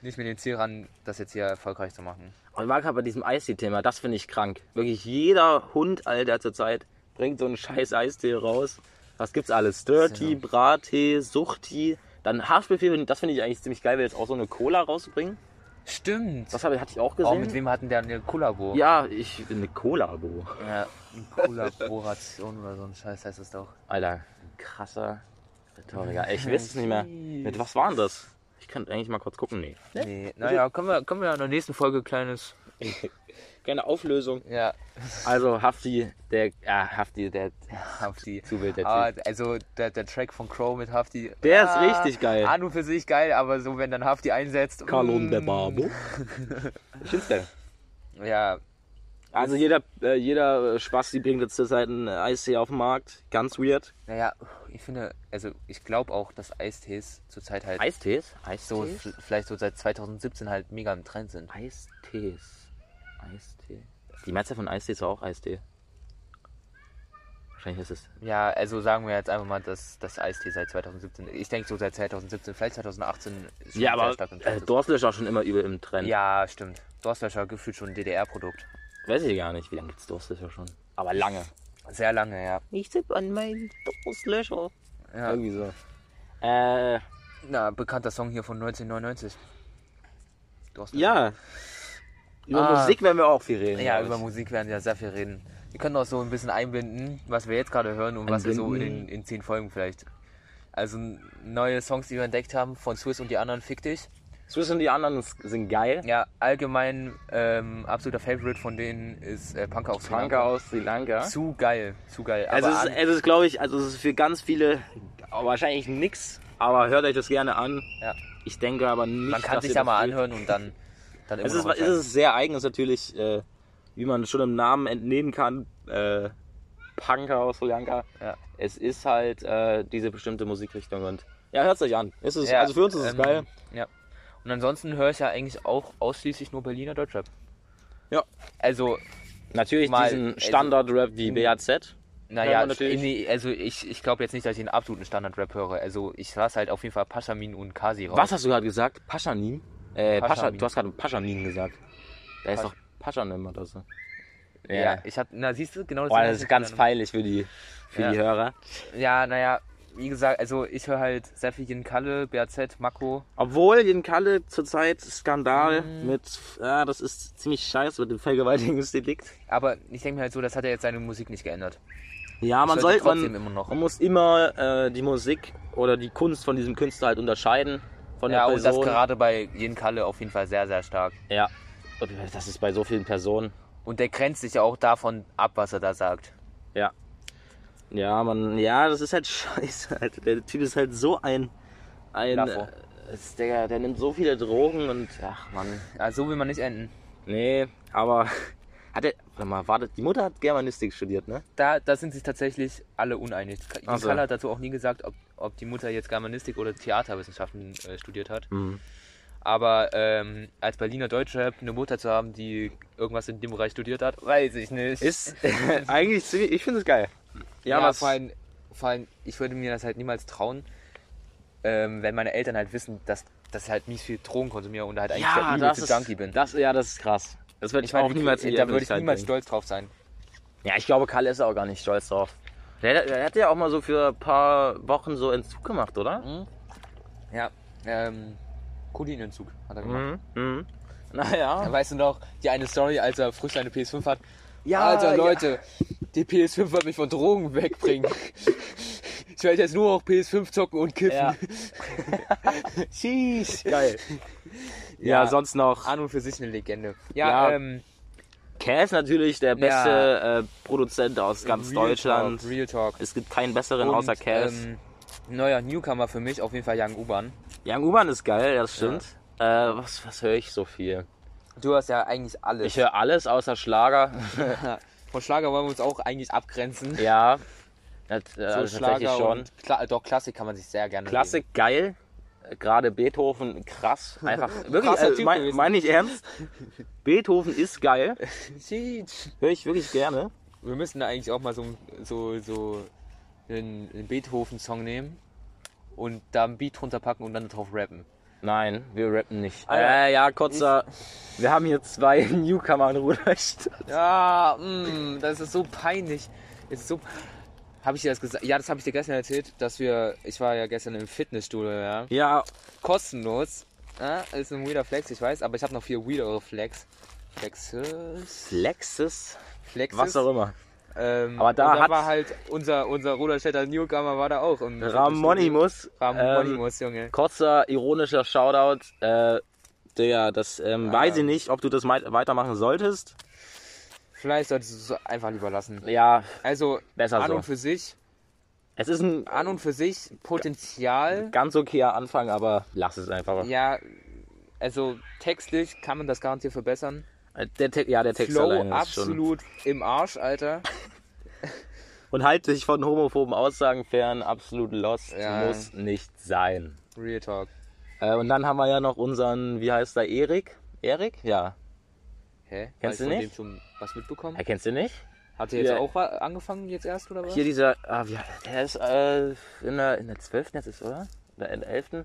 S2: Nicht mit dem Ziel ran, das jetzt hier erfolgreich zu machen.
S1: Und war gerade bei diesem Eistee-Thema, das finde ich krank. Wirklich jeder Hund, Alter, zurzeit bringt so einen scheiß Eistee raus. Was gibt's alles? Dirty, Brattee, Suchti, dann Haftbefehl, das finde ich eigentlich ziemlich geil, wäre jetzt auch so eine Cola rauszubringen.
S2: Stimmt.
S1: Das habe, hatte ich auch
S2: Oh, mit
S1: gesehen.
S2: wem hatten der eine Kollabo?
S1: ja, ich bin eine Cola, Bro.
S2: Ja, Kollaboration oder so ein Scheiß heißt das doch.
S1: Alter, ein krasser Rhetoriker. Ey, Ich weiß es nicht mehr. Mit was waren das? Ich könnte eigentlich mal kurz gucken. Nee.
S2: Nee, naja, können wir, können wir in der nächsten Folge kleines.
S1: Keine Auflösung.
S2: Ja,
S1: Also Hafti, der, ja, Hafti, der,
S2: Hafti.
S1: zu wild der
S2: Ah,
S1: Typ.
S2: also der, der Track von Crow mit Hafti.
S1: Der ist
S2: Ah,
S1: richtig geil.
S2: An und für sich geil, aber so, wenn dann Hafti einsetzt. mm,
S1: Barbo. Ich find's geil.
S2: Ja,
S1: Also jeder, äh, jeder äh, Spasti bringt jetzt zurzeit einen Eistee auf den Markt. Ganz weird.
S2: naja, ich finde, also ich glaube auch, dass Eistees zurzeit halt
S1: Eistees? Eistees?
S2: so f- vielleicht so seit 2017 halt mega im Trend sind.
S1: Eistees. Eistee. Die Mehrzahl von Eistee ist auch Eistee. Wahrscheinlich ist es.
S2: Ja, also sagen wir jetzt einfach mal, dass das Eistee seit 2017, ich denke so seit 2017, vielleicht 2018 ist schon
S1: Ja,
S2: sehr
S1: aber
S2: stark im Trend
S1: äh,
S2: ist.
S1: Dorflösch auch schon immer übel im Trend.
S2: Ja, stimmt. Durstlöscher gefühlt schon ein DDR-Produkt.
S1: Weiß ich gar nicht, wie lange gibt's Dorstlöscher schon. Aber lange.
S2: Sehr lange, ja.
S1: Ich tippe an meinen Dorstlöscher.
S2: Ja.
S1: Irgendwie so. Äh,
S2: Na, bekannter Song hier von 1999. Durstlöscher.
S1: ja. Über
S2: Ah.
S1: Musik werden wir auch viel reden.
S2: Ja,
S1: glaub
S2: über
S1: ich.
S2: Musik werden wir sehr viel reden. Wir können auch so ein bisschen einbinden, was wir jetzt gerade hören und was wir so in, den- in zehn Folgen vielleicht. Also neue Songs, die wir entdeckt haben von Swiss und die anderen, Fick dich.
S1: Swiss und die anderen sind geil.
S2: Ja, allgemein ähm, absoluter Favorite von denen ist äh, Punker aus Sri
S1: Franke
S2: Lanka.
S1: aus Sri Lanka.
S2: Zu geil, zu geil.
S1: Also
S2: Aber
S1: es, ist,
S2: an-
S1: es ist, glaube ich, also es ist für ganz viele wahrscheinlich nix, aber hört euch das gerne an.
S2: ja,
S1: Ich denke aber nicht,
S2: man kann
S1: dass
S2: sich
S1: ihr
S2: ja
S1: das
S2: mal
S1: fühlt.
S2: anhören und dann, dann
S1: Es
S2: immer
S1: ist,
S2: noch
S1: es ist sehr eigen, es ist natürlich, äh, wie man schon im Namen entnehmen kann, äh, Punker aus Sri Lanka.
S2: Ja.
S1: Es ist halt äh, diese bestimmte Musikrichtung und ja, hört es euch an. Es ist,
S2: Ja,
S1: also für uns ist es
S2: ähm,
S1: geil.
S2: Ja. Und ansonsten höre ich ja eigentlich auch ausschließlich nur Berliner Deutschrap.
S1: Ja.
S2: Also,
S1: Natürlich
S2: Mal-
S1: diesen Mhm.
S2: also-
S1: Standard-Rap wie BAZ. Ja,
S2: naja,
S1: aber natürlich-
S2: nee, also ich, ich glaube jetzt nicht, dass ich den absoluten Standard-Rap höre. Also ich lasse halt auf jeden Fall Paschamin und Kasi raus.
S1: Was hast du gerade gesagt? Paschanin? Äh, Pascha,
S2: Paschamin.
S1: du hast gerade Paschanin gesagt. Da ist
S2: Pas-
S1: doch Paschanim oder so.
S2: Ja,
S1: Ja.
S2: ich hab, na siehst du, genau
S1: Boah,
S2: hab
S1: das
S2: ich
S1: ist ganz
S2: verstanden.
S1: peinlich für die, für
S2: Ja.
S1: die Hörer.
S2: Ja, naja, wie gesagt, also ich höre halt sehr viel Jen Kalle, BAZ, Mako.
S1: Obwohl in Kalle zurzeit Skandal
S2: Mhm.
S1: mit, ah, das ist ziemlich scheiße mit dem Vergewaltigungsdelikt.
S2: Aber ich denke mir halt so, das hat er jetzt seine Musik nicht geändert.
S1: Ja, man
S2: sollte
S1: sollte, man,
S2: trotzdem immer noch.
S1: man muss immer äh, die Musik oder die Kunst von diesem Künstler halt unterscheiden von
S2: Ja,
S1: der
S2: und das
S1: Person.
S2: gerade bei Jen Kalle auf jeden Fall sehr, sehr stark.
S1: ja, und das ist bei so vielen Personen.
S2: Und der grenzt sich ja auch davon ab, was er da sagt.
S1: Ja. Ja, man, ja, das ist halt scheiße. Alter. Der Typ ist halt so ein, ein,
S2: Laffo.
S1: äh, ist der, der nimmt so viele Drogen und, ach man,
S2: Also so will man nicht enden.
S1: nee, aber hat er, warte mal, warte, die Mutter hat Germanistik studiert, ne?
S2: Da, da sind sich tatsächlich alle uneinig. Jen
S1: Ach so.
S2: Kalle hat dazu auch nie gesagt, ob, ob die Mutter jetzt Germanistik oder Theaterwissenschaften äh, studiert hat.
S1: Mhm.
S2: Aber ähm, als Berliner Deutschrap eine Mutter zu haben, die irgendwas in dem Bereich studiert hat, weiß ich nicht.
S1: Ist eigentlich ziemlich, ich finde es geil.
S2: Ja,
S1: was-
S2: vor, allem, vor allem, ich würde mir das halt niemals trauen, ähm, wenn meine Eltern halt wissen, dass, dass ich halt mies viel Drogen konsumiere und halt eigentlich der übelste Junkie bin.
S1: Das, ja, das ist krass. Das würde ich,
S2: ich meine,
S1: auch niemals halt in die
S2: da würde ich
S1: Öffentlichkeit
S2: niemals
S1: bringen.
S2: stolz drauf sein.
S1: Ja, ich glaube, Karl ist auch gar nicht stolz drauf. Der, der hat ja auch mal so für ein paar Wochen so Entzug gemacht, oder?
S2: Ja, ähm, Kolinentzug hat er gemacht.
S1: Mhm. mhm. Naja.
S2: Dann weißt du noch, die eine Story, als er frisch eine PS5 hat.
S1: Ja,
S2: Alter,
S1: ja.
S2: Leute, die PS5 wird mich von Drogen wegbringen. ich werde jetzt nur noch PS5 zocken und kiffen.
S1: Ja.
S2: Sheesh.
S1: Geil. Ja,
S2: Ja.
S1: sonst noch.
S2: An und für sich eine Legende. Ja,
S1: Ja.
S2: ähm,
S1: Kerr ist natürlich der beste äh, Produzent aus ganz
S2: Real
S1: Deutschland.
S2: Talk, Real Talk.
S1: Es gibt keinen besseren
S2: Und,
S1: außer Kerr.
S2: ähm, neuer Newcomer für mich, auf jeden Fall Young U-Bahn.
S1: Young U-Bahn ist geil, das stimmt. Äh, was was höre ich so viel?
S2: Du hast ja eigentlich alles.
S1: Ich höre alles außer Schlager.
S2: Von Schlager wollen wir uns auch eigentlich abgrenzen.
S1: ja. Das, äh,
S2: So
S1: also tatsächlich schon.
S2: und Kla doch Klassik kann man sich sehr gerne
S1: Klassik geil. Gerade Beethoven, krass. Einfach wirklich,
S2: Krasser
S1: also,
S2: Typ
S1: meine
S2: gewesen.
S1: mein ich ernst. Beethoven ist geil.
S2: geben. Sheesh.
S1: Höre ich wirklich gerne.
S2: Wir müssen da eigentlich auch mal so, so, so einen, einen Beethoven-Song nehmen und da einen Beat drunter packen und dann drauf rappen.
S1: Nein, wir rappen nicht.
S2: Alter,
S1: äh, ja, kurzer. Wir haben hier zwei Newcomer in Ruderstadt.
S2: Ja, mm, das ist so peinlich. Das ist so. Habe ich dir das gesagt? Ja, das habe ich dir gestern erzählt, dass wir. Ich war ja gestern im Fitnessstudio, ja.
S1: Ja,
S2: Kostenlos. Ja, ist ein weirder Flex, ich weiß, aber ich habe noch vier weirdere Flex. Flexes?
S1: Lexus,
S2: Flexes?
S1: was auch immer.
S2: Ähm,
S1: Aber da
S2: und
S1: hat-
S2: war halt unser, unser Ruderstädter Newcomer war da auch im
S1: Ramonimus. Ähm,
S2: Fitnessstudio. Ramonimus, Junge.
S1: Kurzer ironischer Shoutout. Äh, Digga, das ähm, weiß ich nicht, ob du das mei- weitermachen solltest.
S2: Vielleicht solltest du es einfach lieber lassen.
S1: Ja,
S2: Also,
S1: Besser
S2: an
S1: so.
S2: und für sich,
S1: es ist ein
S2: an und für sich Potenzial.
S1: ganz okayer Anfang, aber lass es einfach.
S2: Ja, also textlich kann man das garantiert verbessern.
S1: Äh, Der Te ja, der Text
S2: Flow
S1: alleine ist schon.
S2: absolut im Arsch, Alter.
S1: Und halte dich von homophoben Aussagen fern, absolut lost,
S2: Ja.
S1: muss nicht sein.
S2: Real Talk.
S1: Äh, und dann haben wir ja noch unseren, wie heißt der, Erik? Erik? Ja.
S2: Hä? Hast
S1: Kennst
S2: ich
S1: du
S2: von
S1: nicht?
S2: dem schon was mitbekommen?
S1: Er kennst du nicht?
S2: Hat er jetzt
S1: Ja.
S2: auch wa- angefangen jetzt erst oder was?
S1: Hier dieser, ah, wie, der ist äh, in, der, in der 12. jetzt ist, oder? Oder in der 11.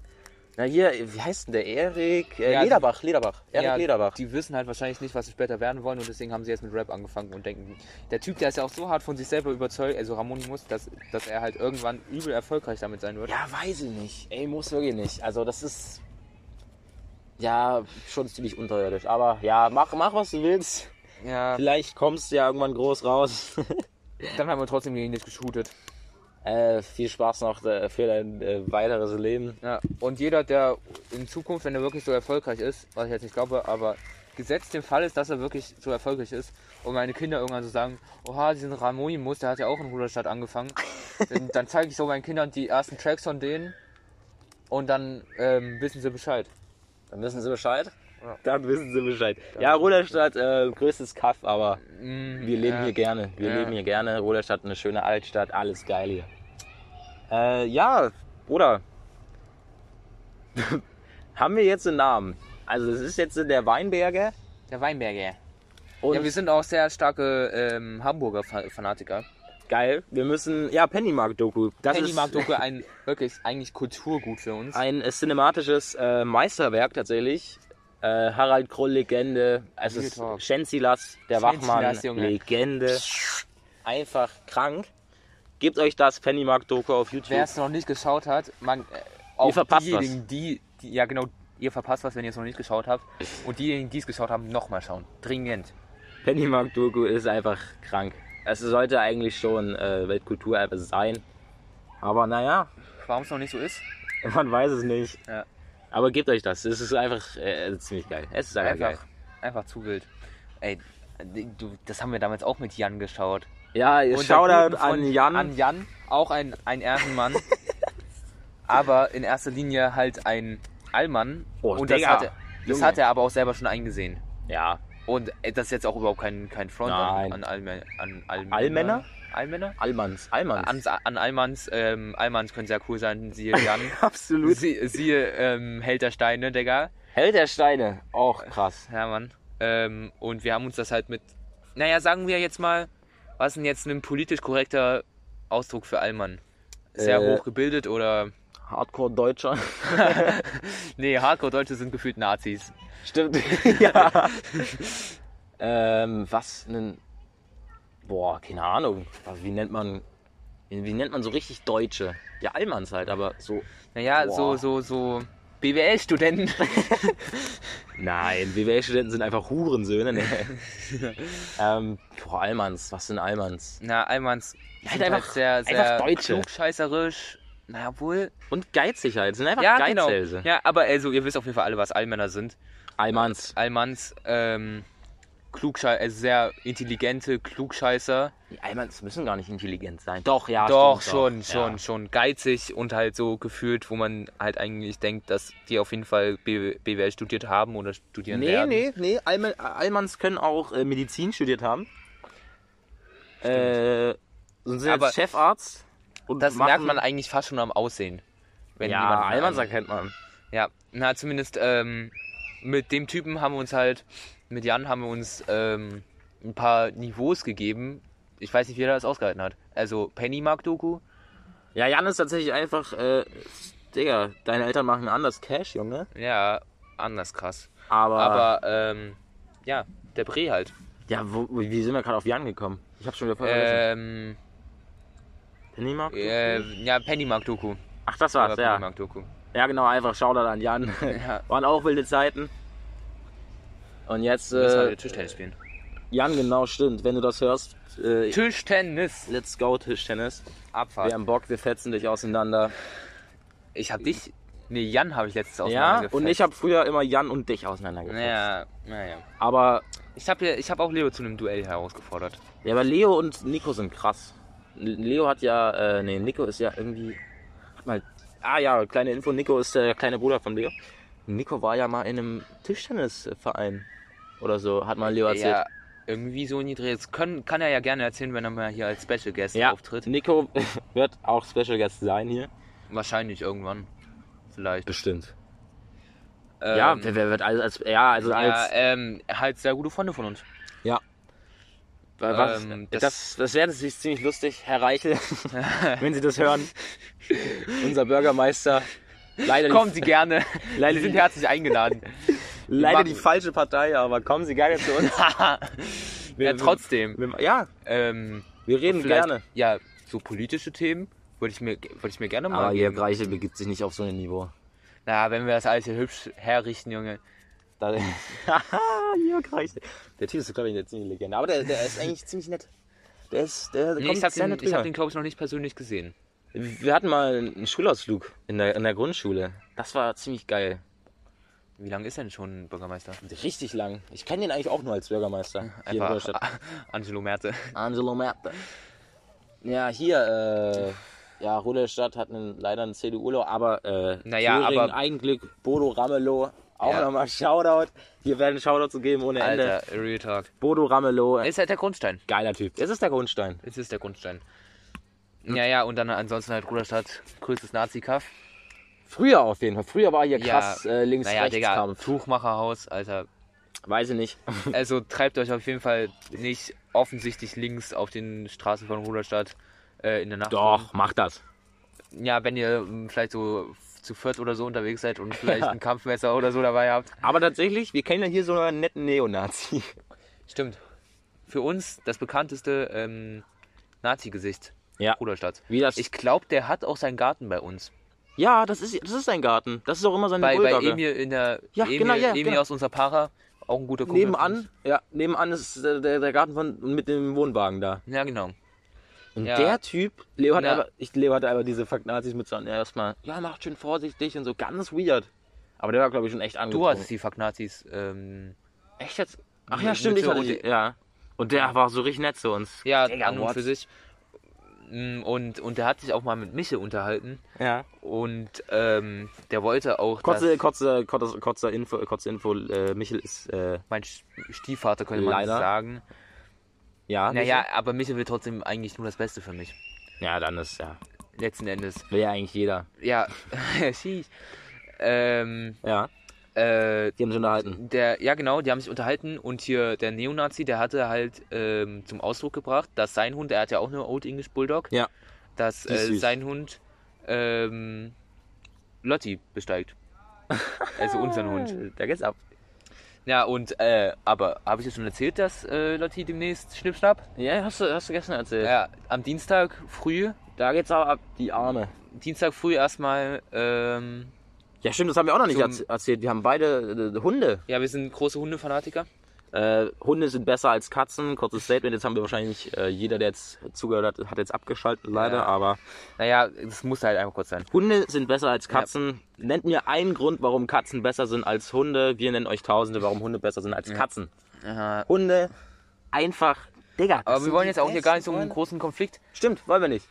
S1: Na hier, wie heißt denn der? Erik? Äh,
S2: Ja,
S1: Lederbach, Lederbach. Erik
S2: ja,
S1: Lederbach.
S2: die wissen halt wahrscheinlich nicht, was sie später werden wollen und deswegen haben sie jetzt mit Rap angefangen und denken, der Typ, der ist ja auch so hart von sich selber überzeugt, also Ramon muss, dass, dass er halt irgendwann übel erfolgreich damit sein wird.
S1: Ja, weiß ich nicht. Ey, muss wirklich nicht. Also das ist, ja, schon ziemlich unterirdisch. Aber ja, mach, mach was du willst.
S2: Ja,
S1: Vielleicht kommst du ja irgendwann groß raus.
S2: dann haben wir trotzdem gegen dich geshootet.
S1: Äh, viel Spaß noch äh, für dein äh, weiteres Leben.
S2: Ja, und jeder, der in Zukunft, wenn er wirklich so erfolgreich ist, was ich jetzt nicht glaube, aber gesetzt dem Fall ist, dass er wirklich so erfolgreich ist und meine Kinder irgendwann so sagen, oha, diesen Ramonimus, der hat ja auch in Ruderstadt angefangen, dann, dann zeige ich so meinen Kindern die ersten Tracks von denen und dann ähm, wissen sie Bescheid.
S1: Dann wissen sie Bescheid. Dann wissen sie Bescheid. Ja, Ruderstadt, äh, größtes Kaff, aber wir leben
S2: Mm, ja.
S1: hier gerne. Wir
S2: Ja.
S1: leben hier gerne. Ruderstadt, eine schöne Altstadt, alles geil hier. Äh, ja, Bruder. Haben wir jetzt einen Namen? Also das ist jetzt der Weinberger.
S2: Der Weinberger.
S1: Und
S2: Ja, wir sind auch sehr starke ähm, Hamburger Fa- Fanatiker.
S1: geil, wir müssen. Ja, Pennymark-Doku. Das
S2: Penny mag
S1: ist
S2: Doku ein wirklich eigentlich Kulturgut für uns.
S1: ein äh, cinematisches äh, Meisterwerk tatsächlich. Äh, Harald Kroll, Legende. Also es
S2: Real
S1: ist
S2: Talk.
S1: Schenzilas, der Wachmann,
S2: Schenzilas, Junge.
S1: Legende. Einfach krank. Gebt euch das Pennymark-Doku auf YouTube.
S2: Wer es noch nicht geschaut hat, man äh, auch
S1: verpasst
S2: diejenigen, die, die ja genau, ihr verpasst was, wenn ihr es noch nicht geschaut habt. Und diejenigen, die es geschaut haben, nochmal schauen. Dringend.
S1: Pennymark Doku ist einfach krank. Es sollte eigentlich schon äh, Weltkulturerbe sein. Aber naja,
S2: Warum es noch nicht so ist?
S1: man weiß es nicht.
S2: Ja.
S1: Aber gebt euch das. Es ist einfach äh, ziemlich geil. Es ist einfach,
S2: Einfach,
S1: geil.
S2: einfach zu wild. Ey, du, das haben wir damals auch mit Jan geschaut.
S1: Ja,
S2: Und
S1: Shoutout
S2: der guten
S1: an
S2: Freund-
S1: Jan.
S2: An Jan, auch ein, ein Ehrenmann. aber in erster Linie halt ein Allmann.
S1: Oh,
S2: und das
S1: Digga.
S2: hat, er, das
S1: Junge.
S2: hat er aber auch selber schon eingesehen.
S1: ja,
S2: Und äh, das ist jetzt auch überhaupt kein, kein Front
S1: Nein.
S2: an, an, Allmä an Allmänner.
S1: Allmänner?
S2: Allmänner?
S1: Allmanns. Allmanns.
S2: An, an Allmanns. Ähm, Allmanns können sehr cool sein, siehe Jan.
S1: Absolut.
S2: Sie, siehe ähm, Held der Steine, Digga.
S1: Held der Steine. Auch krass.
S2: Ja, Mann. Ähm, und wir haben uns das halt mit. Naja, sagen wir jetzt mal, was ist denn jetzt ein politisch korrekter Ausdruck für Allmann? Sehr
S1: Äh.
S2: hochgebildet oder.
S1: Hardcore Deutscher.
S2: Nee, Hardcore-Deutsche sind gefühlt Nazis.
S1: Stimmt. ja. ähm, was nen Boah, keine Ahnung. Was- Wie nennt man. Wie nennt man so richtig Deutsche? Ja, Allmanns halt, aber so.
S2: Naja,
S1: Boah.
S2: so, so, so. BWL-Studenten.
S1: Nein, BWL-Studenten sind einfach Hurensöhne. Ne? ähm, boah, Allmanns, was sind Allmanns?
S2: Na, Allmanns. Sind
S1: einfach-
S2: halt sehr,
S1: einfach
S2: sehr
S1: Deutsche.
S2: klugscheißerisch. Na, obwohl.
S1: Und Geizigkeit, sind einfach
S2: Ja, genau.
S1: Geizhälse.
S2: Ja, aber also, ihr wisst auf jeden Fall alle, was Allmänner sind.
S1: Allmanns.
S2: Allmanns, ähm, klugscheißer, also sehr intelligente Klugscheißer.
S1: Die Allmanns müssen gar nicht intelligent sein. Doch, ja,
S2: Doch,
S1: stimmt,
S2: schon,
S1: doch.
S2: schon, schon geizig und halt so gefühlt, wo man halt eigentlich denkt, dass die auf jeden Fall B BWL studiert haben oder
S1: Ja.
S2: studieren
S1: Nee,
S2: werden.
S1: nee, nee. Allmann, Allmanns können auch äh, Medizin studiert haben. Äh, und sind
S2: Aber
S1: jetzt Chefarzt. Und
S2: Das
S1: machen,
S2: merkt man eigentlich fast schon am Aussehen. Wenn
S1: Ja,
S2: jemand-
S1: Allmanns erkennt man.
S2: Ja, na zumindest ähm, mit dem Typen haben wir uns halt, mit Jan haben wir uns ähm, ein paar Niveaus gegeben. Ich weiß nicht, wie er das ausgehalten hat. Also Pennymark-Doku.
S1: Ja, Jan ist tatsächlich einfach. Äh, Digga, deine Eltern machen anders Cash, Junge.
S2: Ja, anders krass.
S1: Aber.
S2: Aber ähm, ja, der Bre halt.
S1: ja, wo, wie sind wir gerade auf Jan gekommen? Ich hab schon wieder voll vergessen.
S2: Ähm,
S1: Pennymark?
S2: äh, ja, Pennymark-Doku.
S1: Ach, das war's,
S2: Oder
S1: ja.
S2: Pennymark-Doku.
S1: Ja, genau, einfach Shoutout an Jan.
S2: Ja.
S1: Waren auch wilde Zeiten. Und jetzt,
S2: Müssen
S1: äh,
S2: halt Tischtennis spielen.
S1: Jan, genau, stimmt. Wenn du das hörst, äh,
S2: Tischtennis!
S1: let's go Tischtennis. Wir
S2: Abfahrt.
S1: haben Bock, wir fetzen dich auseinander.
S2: Ich hab dich. Nee, Jan habe ich letztes
S1: Ja,
S2: auseinandergefetzt.
S1: und ich habe früher immer Jan und dich auseinandergefetzt.
S2: Naja, naja.
S1: Aber,
S2: Ich habe ich hab auch Leo zu einem Duell herausgefordert.
S1: ja, aber Leo und Nico sind krass. Leo hat ja, äh, nee, Nico ist ja irgendwie, hat mal, ah ja, kleine Info, Nico ist der kleine Bruder von Leo. Nico war ja mal in einem Tischtennisverein oder so, hat mal Leo erzählt.
S2: Ja, irgendwie so in die Dreh. Das können, kann er ja gerne erzählen, wenn er mal hier als Special Guest auftritt.
S1: Nico wird auch Special Guest sein hier.
S2: Wahrscheinlich irgendwann. Vielleicht.
S1: Bestimmt. Ja,
S2: Ähm,
S1: wer, wer wird als, als ja, also
S2: ja,
S1: als
S2: ähm, halt sehr gute Freunde von uns.
S1: was,
S2: ähm,
S1: das,
S2: das-
S1: das, wäre natürlich ziemlich lustig, Herr Reichel, wenn Sie das hören. Unser Bürgermeister. Leider,
S2: Kommen Sie
S1: die,
S2: gerne.
S1: leider,
S2: Sie sind
S1: die,
S2: herzlich eingeladen.
S1: leider
S2: machen-
S1: die falsche Partei, aber kommen Sie gerne zu uns.
S2: ja, trotzdem.
S1: Wir, ja,
S2: Ähm,
S1: wir reden
S2: Vielleicht-
S1: Hm, gerne.
S2: Ja, so politische Themen würde ich mir, würde ich mir gerne mal.
S1: Aber Jörg
S2: geben.
S1: Reichel begibt sich nicht auf so ein Niveau.
S2: Na, wenn wir das alles hier hübsch herrichten, Junge.
S1: Da, Haha, Jörg Reichel. Der Typ ist, glaube ich, eine ziemliche Legende. Aber der, der ist eigentlich ziemlich nett. Der ist, der
S2: Nee,
S1: kommt
S2: ich habe
S1: sehr
S2: den,
S1: nett
S2: ich hab
S1: rüber.
S2: den glaube ich, noch nicht persönlich gesehen.
S1: Wir hatten mal einen Schulausflug in der, in der Grundschule. Das war ziemlich geil.
S2: Wie lange ist denn schon Bürgermeister?
S1: Richtig lang. Ich kenne den eigentlich auch nur als Bürgermeister hier in
S2: Einfach
S1: Deutschland.
S2: Angelo Merte.
S1: Angelo Merkel. Ja, hier, äh, ja, Rudolstadt hat einen, leider einen CDU-Lo, aber äh,
S2: Naja,
S1: Thüringen,
S2: aber-
S1: ein Glück, Bodo Ramelow, auch
S2: Ja.
S1: nochmal Shoutout. Hier werden Shoutouts gegeben ohne Ende.
S2: Alter, Real Talk.
S1: Bodo Ramelow,
S2: Ist halt der Grundstein.
S1: geiler Typ. Es ist der Grundstein.
S2: Es
S1: Hm.
S2: ist der Grundstein. Ja, ja, und dann ansonsten halt Ruderstadt, größtes Nazi-Kaff.
S1: Früher auf jeden Fall. Früher war hier
S2: Ja,
S1: krass äh, links
S2: Naja,
S1: rechts
S2: Digga,
S1: Kampf.
S2: Tuchmacherhaus, Alter.
S1: Weiß ich nicht.
S2: Also treibt euch auf jeden Fall nicht offensichtlich links auf den Straßen von Ruderstadt äh, in der Nacht.
S1: Doch, mach das.
S2: rum. Ja, wenn ihr ähm, vielleicht so zu viert oder so unterwegs seid und vielleicht ein Kampfmesser oder so dabei habt.
S1: Aber tatsächlich, wir kennen ja hier so einen netten Neonazi.
S2: Stimmt. Für uns das bekannteste ähm, Nazi-Gesicht
S1: Ja.
S2: Ruderstadt.
S1: Wie das?
S2: Ich glaube, der hat auch seinen Garten bei uns.
S1: ja, das ist, das ist sein Garten. Das ist auch immer seine
S2: Bei, bei
S1: Ruhigacke.
S2: Emil in der
S1: Ja,
S2: Emil,
S1: genau, ja,
S2: Emil
S1: genau.
S2: aus unserer Para, auch ein guter Kumpel. von
S1: Nebenan, ja, nebenan ist der, der, der Garten von mit dem Wohnwagen da.
S2: uns. Ja, genau.
S1: Und
S2: Ja.
S1: der Typ, Leo hat
S2: Ja.
S1: einfach, ich, Leo hatte einfach diese Fuck-Nazis mit so an, ja, erstmal, ja, macht schön vorsichtig und so, ganz weird. Aber der war, glaube ich, schon echt
S2: Du
S1: angetrunken.
S2: hattest die Fagnazis. Ähm,
S1: Echt jetzt? Ach
S2: Mütze
S1: ja, stimmt, ich hatte
S2: und
S1: die,
S2: die-
S1: ja. Und der war so richtig nett zu uns.
S2: ja,
S1: Digga,
S2: an und
S1: what?
S2: für sich. Mm, Und, und der hat sich auch mal mit Michel unterhalten.
S1: Ja.
S2: Und ähm, der wollte auch.
S1: Kurze,
S2: dass
S1: kurze, kurze, kurze Info, kurze Info, äh, Michel ist, äh,
S2: mein Sch- Stiefvater könnte man
S1: Leider.
S2: sagen.
S1: ja.
S2: Naja, aber Michel will trotzdem eigentlich nur das Beste für mich.
S1: Michel? Ja, dann ist, ja.
S2: Letzten Endes.
S1: Will ja eigentlich jeder.
S2: Ja, schieß. ähm,
S1: Ja.
S2: äh,
S1: Die haben sich unterhalten.
S2: der, ja genau, die haben sich unterhalten und hier der Neonazi, der hatte halt ähm, zum Ausdruck gebracht, dass sein Hund, er hat ja auch eine Old English Bulldog,
S1: Ja.
S2: dass
S1: Die ist
S2: äh,
S1: süß.
S2: sein Hund ähm, Lotti besteigt. Also unseren Hund.
S1: Da geht's ab.
S2: Ja, und äh, aber habe ich dir schon erzählt, dass äh, Lotti demnächst Schnippschnapp?
S1: Ja, hast du, hast du gestern erzählt.
S2: Ja, am Dienstag früh,
S1: Da geht's aber ab, die Arme.
S2: Dienstag früh erstmal, ähm,
S1: Ja, stimmt, das haben wir auch noch nicht
S2: Zum-
S1: erz- erzählt. Wir haben beide äh, Hunde.
S2: ja, wir sind große Hundefanatiker.
S1: Äh, Hunde sind besser als Katzen. Kurzes Statement. Jetzt haben wir wahrscheinlich äh, jeder, der jetzt zugehört hat, hat jetzt abgeschaltet, leider.
S2: Ja.
S1: Aber
S2: Naja, das muss halt einfach kurz sein.
S1: Hunde sind besser als Katzen. Nennt mir einen Grund, warum Katzen besser sind als Hunde. Wir nennen euch Tausende, warum Hunde besser sind als Katzen.
S2: Aha.
S1: Hunde einfach. Digga. das
S2: Aber wir
S1: sind
S2: wollen
S1: die
S2: jetzt auch hier gar nicht so
S1: besten
S2: einen
S1: Freunde.
S2: großen Konflikt.
S1: Stimmt, wollen wir nicht.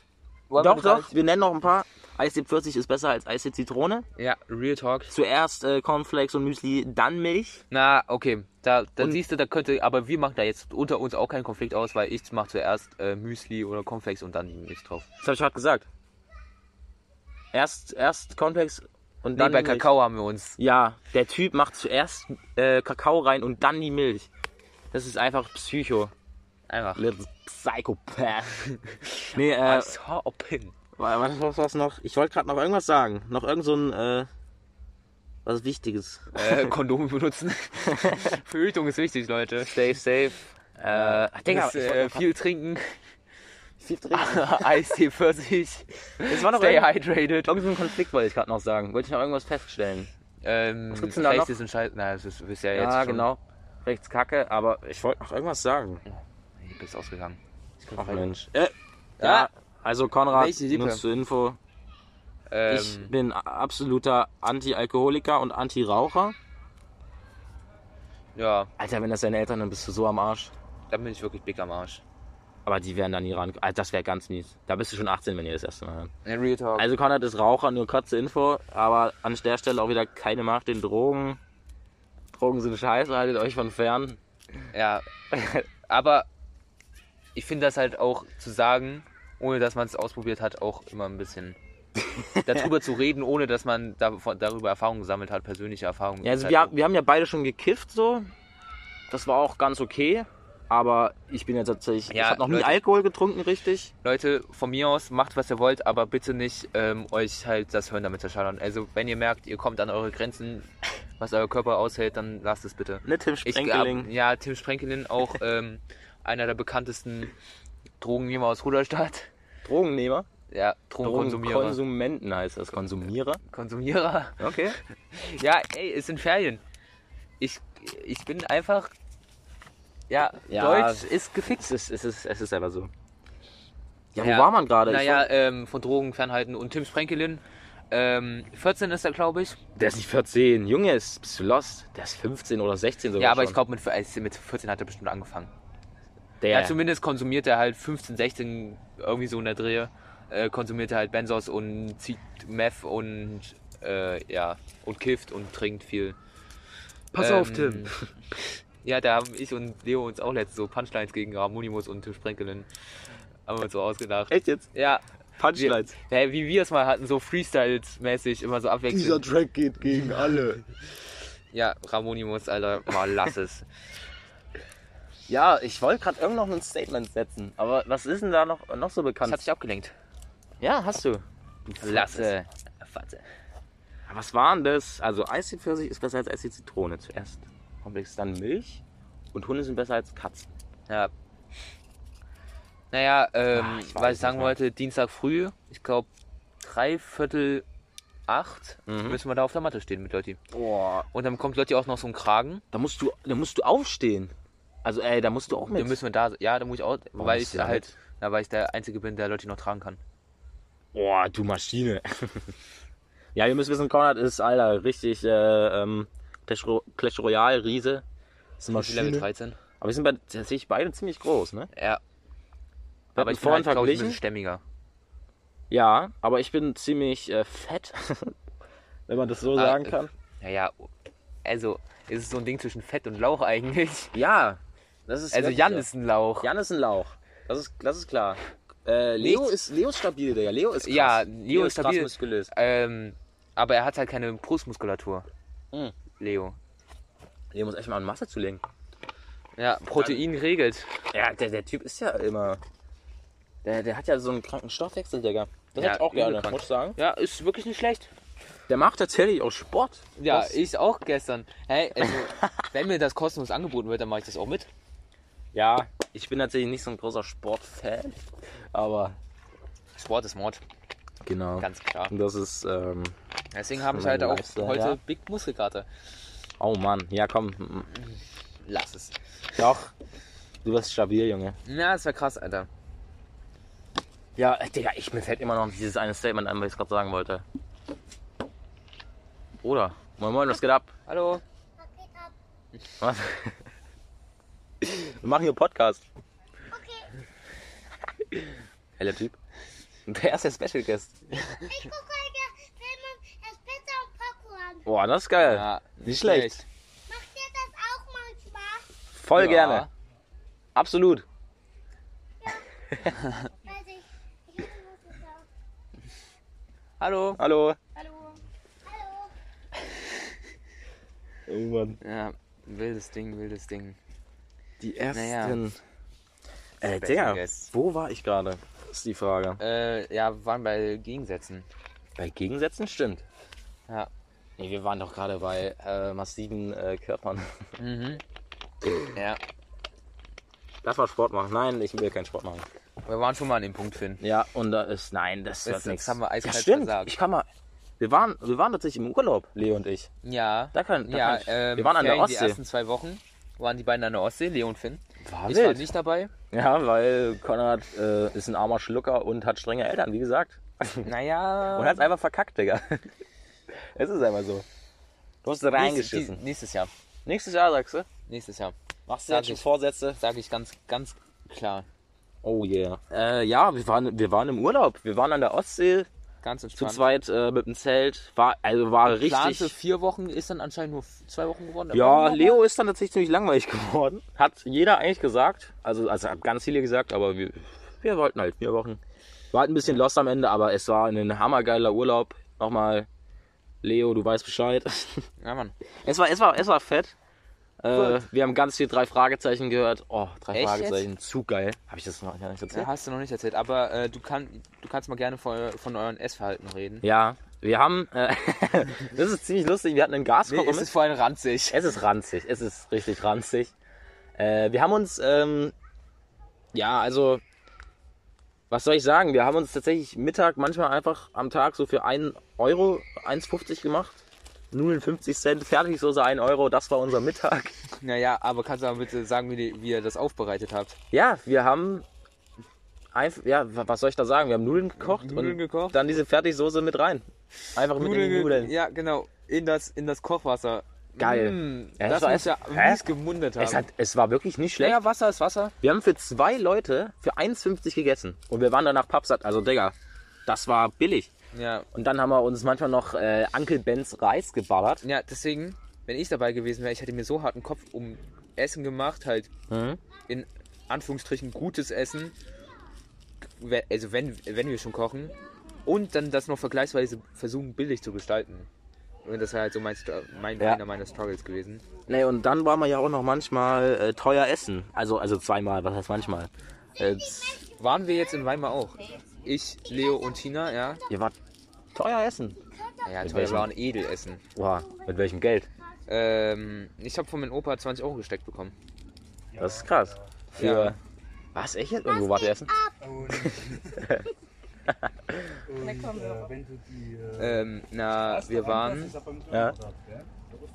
S2: Wollen wir
S1: doch,
S2: das
S1: doch. Wir nennen noch ein paar. Eistee Pfirsich ist besser als Eistee Zitrone.
S2: alles- Ja, Real Talk.
S1: Zuerst äh, Cornflakes und Müsli, dann Milch.
S2: Na, okay. Da, da
S1: Und-
S2: siehst du, da könnte, aber wir machen da jetzt unter uns auch keinen Konflikt aus, weil ich mache zuerst äh, Müsli oder Cornflakes und dann die Milch drauf.
S1: Das habe ich gerade gesagt. Erst, erst Cornflakes und
S2: Nee,
S1: dann
S2: bei
S1: Milch.
S2: Kakao haben wir uns.
S1: Ja, der Typ macht zuerst äh, Kakao rein und dann die Milch. Das ist einfach Psycho.
S2: Einfach.
S1: Little Psychopath. nee, äh,
S2: I saw a pin.
S1: wa- was, was, was noch? Ich wollte gerade noch irgendwas sagen. Noch irgend so ein, äh, was Wichtiges.
S2: Äh, Kondome benutzen. Verhütung ist wichtig, Leute.
S1: Stay safe. Äh, ach, Digga,
S2: Das, äh, viel trinken,
S1: viel trinken.
S2: Eistee für sich,
S1: Es war noch
S2: stay
S1: irgend,
S2: hydrated.
S1: irgendein Konflikt, wollte ich gerade noch sagen. Wollte ich noch irgendwas feststellen.
S2: Ähm,
S1: gibt's denn da
S2: rechts
S1: noch?
S2: ist ein Scheiß. Na, das ist, ist ja jetzt
S1: Ja,
S2: schon-
S1: genau. Rechts kacke, aber ich wollte noch irgendwas sagen.
S2: Nee, bist ausgegangen.
S1: Ach Mensch. Äh, ja, also Konrad,
S2: Welche Liebe?
S1: nur zur Info.
S2: Ähm,
S1: Ich bin a- absoluter Anti-Alkoholiker und Anti-Raucher.
S2: ja,
S1: Alter, wenn das deine Eltern, dann bist du so am Arsch.
S2: da bin ich wirklich dick am Arsch.
S1: Aber die werden da nie ran. Alter, das wäre ganz mies. Da bist du schon 18, wenn ihr das erste Mal hört.
S2: Real Talk.
S1: Also Konrad ist Raucher, nur kurze Info. Aber an der Stelle auch wieder keine Macht den Drogen. Drogen sind scheiße, haltet euch von fern.
S2: Ja, aber ich finde das halt auch zu sagen, ohne dass man es ausprobiert hat, auch immer ein bisschen darüber zu reden, ohne dass man davon, darüber Erfahrungen gesammelt hat, persönliche Erfahrungen.
S1: Ja, also
S2: ist halt
S1: wir,
S2: auch-
S1: wir haben ja beide schon gekifft so. Das war auch ganz okay. Aber ich bin jetzt tatsächlich.
S2: Ja,
S1: ich habe noch nie
S2: Leute.
S1: Alkohol getrunken, richtig.
S2: Leute, von mir aus, macht was ihr wollt, aber bitte nicht ähm, euch halt das Hören damit zerschallern. Also wenn ihr merkt, ihr kommt an eure Grenzen, was euer Körper aushält, dann lasst es bitte.
S1: Ne, Tim
S2: Ich,
S1: Sprenkeling.
S2: äh, ja, Tim Sprenkelin, auch ähm, einer der bekanntesten Drogennehmer aus Ruderstadt.
S1: Drogennehmer.
S2: Ja, Drogenkonsumierer.
S1: Drogenkonsumenten heißt das. Konsumierer.
S2: Konsumierer.
S1: Okay.
S2: Ja, ey, es sind Ferien. Ich, ich bin einfach. Ja,
S1: Ja,
S2: Deutsch ist gefixt.
S1: Es ist, es ist, es ist einfach so. Ja, wo
S2: Ja.
S1: war man gerade? Ich
S2: Naja,
S1: war-
S2: ähm, von Drogen fernhalten. Und Tim Sprenkelin, ähm, 14 ist er, glaube ich.
S1: der ist nicht 14. Junge, ist, bist du lost? Der ist 15 oder 16 sogar.
S2: Ja, aber ich
S1: schon.
S2: glaube, mit, als- mit 14 hat er bestimmt angefangen.
S1: der.
S2: Ja, zumindest konsumiert er halt 15, 16, irgendwie so in der Drehe. Äh, konsumiert er halt Benzos und zieht Meth und äh, ja, und kifft und trinkt viel.
S1: Pass auf, Tim.
S2: Ja, da haben ich und Leo uns auch letztens so Punchlines gegen Ramonimus und Tim Sprenkelin haben wir uns so ausgedacht.
S1: Echt jetzt?
S2: Ja,
S1: Punchlines.
S2: Naja, wie wir es mal hatten, so Freestyles-mäßig, immer so abwechselnd.
S1: Track geht gegen alle.
S2: Ja, Ramonimus, Alter, mal lass es.
S1: Ja, ich wollte gerade irgend noch ein Statement setzen, aber was ist denn da noch, noch so
S2: Ich
S1: bekannt?
S2: hab dich abgelenkt.
S1: ja, hast du.
S2: Lass es.
S3: Fatze.
S1: Was war denn das? Also Eistee für sich ist besser als Eistee Zitrone zuerst. Komplex dann Milch und Hunde sind besser als Katzen.
S2: Ja. Naja, ähm,
S1: Ah, ich weiß
S2: was ich
S1: nicht
S2: sagen
S1: mehr.
S2: wollte, Dienstag früh, ich glaube, drei Viertel acht,
S1: Mhm.
S2: müssen wir da auf der Matte stehen mit Lotti.
S1: Boah,
S2: Und dann kommt Lotti auch noch so ein Kragen.
S1: da musst du, da musst du aufstehen. Also ey, da musst du auch mit.
S2: Dann müssen wir da, ja, da muss ich auch, weil
S1: musst
S2: ich
S1: du da
S2: halt, na, weil ich der Einzige bin, der Lotti noch tragen kann.
S1: Boah, du Maschine. ja, ihr müsst wissen, Konrad ist, Alter, richtig äh, ähm, Clash, Ro Clash Royale Riese. Das ist eine
S2: Ich bin Level
S1: Maschine.
S2: 13.
S1: Aber wir sind bei, tatsächlich beide ziemlich groß, ne?
S2: Ja,
S1: Wir
S2: aber
S1: hatten
S2: ich bin halt, glaub ich, ein bisschen
S1: verglichen.
S2: stämmiger.
S1: Ja, aber ich bin ziemlich äh, fett. Wenn man das so
S2: Ah,
S1: sagen
S2: äh,
S1: kann.
S2: Naja, also, ist es so ein Ding zwischen Fett und Lauch eigentlich?
S1: Ja, das ist.
S2: Also,
S1: wirklich
S2: Jan
S1: so.
S2: ist ein Lauch.
S1: Jan ist ein Lauch. Das ist, das ist klar. Äh, Leo ist Leo ist stabil, Digga. Leo ist krass.
S2: Ja, Leo ist stabil.
S1: krass muskulös.
S2: Ähm, aber er hat halt keine Brustmuskulatur.
S1: Mhm.
S2: Leo.
S1: Leo muss echt mal an Masse zulegen.
S2: Ja, Protein regelt.
S1: Ja, der, der Typ ist ja immer. Der, der hat ja so einen kranken Stoffwechsel, Digga. Das
S2: Ja,
S1: hätte ich auch gerne,
S2: übelkrank.
S1: muss ich sagen.
S2: Ja, ist wirklich nicht schlecht.
S1: Der macht tatsächlich auch Sport.
S2: Ja,
S1: Das-
S2: ich auch gestern. Hey, also, wenn mir das kostenlos angeboten wird, dann mache ich das auch mit.
S1: ja, ich bin tatsächlich nicht so ein großer Sportfan. Aber.
S2: Sport ist Mord,
S1: Genau.
S2: ganz klar.
S1: Und das ist. Ähm,
S2: Deswegen habe ich
S1: Mein
S2: halt auch
S1: Lifestyle,
S2: heute
S1: ja.
S2: Big Muskelkarte.
S1: oh Mann, ja komm.
S2: Lass es.
S1: Doch. Du bist stabil, Junge.
S2: Ja, das war krass, Alter.
S1: Ja, äh, Digga, ich, mir fällt immer noch dieses eine Statement ein, was ich gerade sagen wollte. Bruder, moin moin, was geht ab?
S2: Hallo.
S1: Was? Wir machen hier Podcast. Okay. Heller Typ. Der erste Special Guest.
S4: Ich gucke heute Filme erst Pizza und Paco an.
S1: Boah, das ist geil.
S2: Ja,
S1: nicht schlecht.
S4: Macht ihr das auch manchmal?
S1: Voll
S2: Ja.
S1: gerne. Absolut.
S4: Weiß ich. Ich muss es auch.
S2: Hallo.
S1: Hallo.
S4: Hallo. Hallo.
S1: Oh Mann.
S2: Ja, wildes Ding, wildes Ding.
S1: Die
S2: ersten
S1: Äh,
S2: Special
S1: Digga,
S2: Guests.
S1: wo war ich gerade? Ist die Frage.
S2: Äh, ja, wir waren bei Gegensätzen.
S1: Bei Gegensätzen stimmt.
S2: Ja.
S1: Nee, wir waren doch gerade bei äh, massiven äh, Körpern.
S2: Mhm. Ja,
S1: Lass mal Sport machen. Nein, ich will keinen Sport machen.
S2: wir waren schon mal an dem Punkt, Finn.
S1: Ja, und da ist, nein, das
S2: Jetzt-
S1: wird
S2: jetzt
S1: nichts.
S2: haben wir eiskalt
S1: ja, stimmt.
S2: versagt.
S1: Ich kann mal, wir waren, wir waren tatsächlich im Urlaub, Leo und ich.
S2: Ja.
S1: Da kann, da
S2: ja,
S1: kann ich,
S2: ähm,
S1: wir waren an der
S2: Ferien, Die
S1: Ostsee.
S2: ersten zwei Wochen waren die beiden an der Ostsee, Leo und Finn.
S1: War
S2: ich war
S1: wild.
S2: nicht dabei.
S1: Ja, weil Konrad äh, ist ein armer Schlucker und hat strenge Eltern, wie gesagt.
S2: Naja.
S1: Und hat's einfach verkackt, Digga. es ist einfach so. Du hast
S2: nächstes,
S1: reingeschissen.
S2: nächstes Jahr.
S1: Nächstes Jahr, sagst du?
S2: Nächstes Jahr.
S1: Machst
S2: du jetzt schon
S1: Vorsätze?
S2: Sage ich ganz, ganz klar.
S1: Oh yeah. Äh, ja, wir waren, wir waren im Urlaub. Wir waren an der Ostsee,
S2: Ganz
S1: zu
S2: entspannt.
S1: zweit äh, mit dem Zelt. War, also war
S2: Geplante
S1: richtig.
S2: vier Wochen ist dann anscheinend nur f- zwei Wochen geworden.
S1: Ja,
S2: Aber-
S1: Leo ist dann tatsächlich ziemlich langweilig geworden. Hat jeder eigentlich gesagt. Also, also hat ganz viele gesagt, aber wir, wir wollten halt vier Wochen. War halt ein bisschen lost am Ende, aber es war ein hammergeiler Urlaub. Nochmal, Leo, du weißt Bescheid.
S2: Ja, Mann.
S1: Es war, es war, es war fett. Äh, wir haben ganz viel drei Fragezeichen gehört. Oh, drei
S2: Echt
S1: Fragezeichen, zu geil. Habe ich das noch gar nicht
S2: Ja,
S1: erzählt?
S2: hast du noch nicht erzählt. Aber äh, du, kann, du kannst mal gerne von, von euren Essverhalten reden.
S1: Ja, wir haben, äh, das ist ziemlich lustig, wir hatten einen
S2: Nee,
S1: Gaskocher
S2: es
S1: mit.
S2: ist vor allem ranzig.
S1: Es ist ranzig, es ist richtig ranzig. Äh, wir haben uns, ähm, ja, also, was soll ich sagen? Wir haben uns tatsächlich Mittag manchmal einfach am Tag so für 1 Euro, 1,50 gemacht. Nudeln 50 Cent, Fertigsoße 1 Euro, das war unser Mittag.
S2: Naja, aber kannst du mal bitte sagen, wie, die, wie ihr das aufbereitet habt?
S1: Ja, wir haben, einf- ja, wa- was soll ich da sagen? Wir haben Nudeln gekocht
S2: Nudeln
S1: und
S2: gekocht.
S1: dann diese Fertigsoße mit rein. Einfach mit in die
S2: ge-
S1: Nudeln.
S2: Ja, genau. In das, in das Kochwasser.
S1: Geil.
S2: Mm,
S1: Ja,
S2: das
S1: das war
S2: muss
S1: es-
S2: ja
S1: Hä?
S2: mies gemundet haben.
S1: Es, hat, es war wirklich nicht schlecht.
S2: ja, Wasser ist Wasser.
S1: Wir haben für zwei Leute für 1,50 gegessen und wir waren danach pappsatt. Also, Digga, das war billig.
S2: Ja,
S1: Und dann haben wir uns manchmal noch äh, Uncle Bens Reis geballert.
S2: ja deswegen, wenn ich dabei gewesen wäre, ich hätte mir so harten Kopf um Essen gemacht, halt in Anführungsstrichen gutes Essen. we- also wenn, wenn wir schon kochen und dann das noch vergleichsweise versuchen billig zu gestalten. Und das war halt so mein, Str- mein
S1: Ja.
S2: einer meiner Struggles gewesen.
S1: Nee, und dann waren wir ja auch noch manchmal äh, teuer essen. Also, also zweimal, was heißt manchmal? Äh, z-
S2: Waren wir jetzt in Weimar auch? Ich, Leo und Tina, ja.
S1: ihr wart teuer essen.
S2: Ja, toll, wir
S1: welchem?
S2: waren edel essen.
S1: Boah, mit welchem Geld?
S2: Ähm, ich habe von meinem Opa 20 Euro gesteckt bekommen.
S1: Das ist krass. Für.
S2: Ja.
S1: Was, echt jetzt? Irgendwo wart ihr essen?
S5: Und, und äh, wenn du die. Äh,
S2: Ähm, na, wir waren
S1: Ja.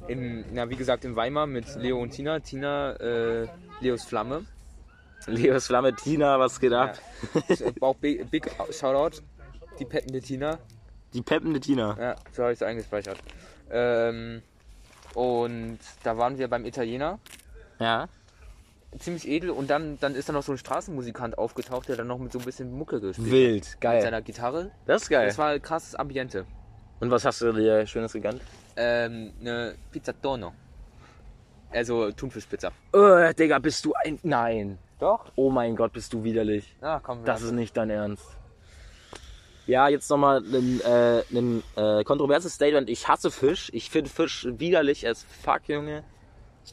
S2: in, na, wie gesagt, in Weimar mit Leo und Tina. Tina, äh, Leos Flamme.
S1: Leos Flamme, Tina, was geht ab?
S2: Auch big, big Shoutout, die pettende Tina.
S1: Die peppende Tina.
S2: Ja, so habe ich es eingespeichert. Ähm, und da waren wir beim Italiener,
S1: Ja.
S2: ziemlich edel. Und dann, dann ist da noch so ein Straßenmusikant aufgetaucht, der dann noch mit so ein bisschen Mucke gespielt hat.
S1: Wild,
S2: Mit
S1: geil.
S2: seiner Gitarre.
S1: Das ist geil.
S2: Das war ein krasses Ambiente.
S1: und was hast du dir Schönes gegönnt?
S2: Ähm, eine Pizzatono. Also Thunfischpizza.
S1: Oh, Digga, bist du ein. Nein.
S2: Doch.
S1: Oh mein Gott, bist du widerlich.
S2: Ja, komm.
S1: Das ist nicht dein Ernst. Ja, jetzt nochmal ein äh, ein, äh, kontroverses Statement. Ich hasse Fisch. Ich finde Fisch widerlich as fuck, Junge.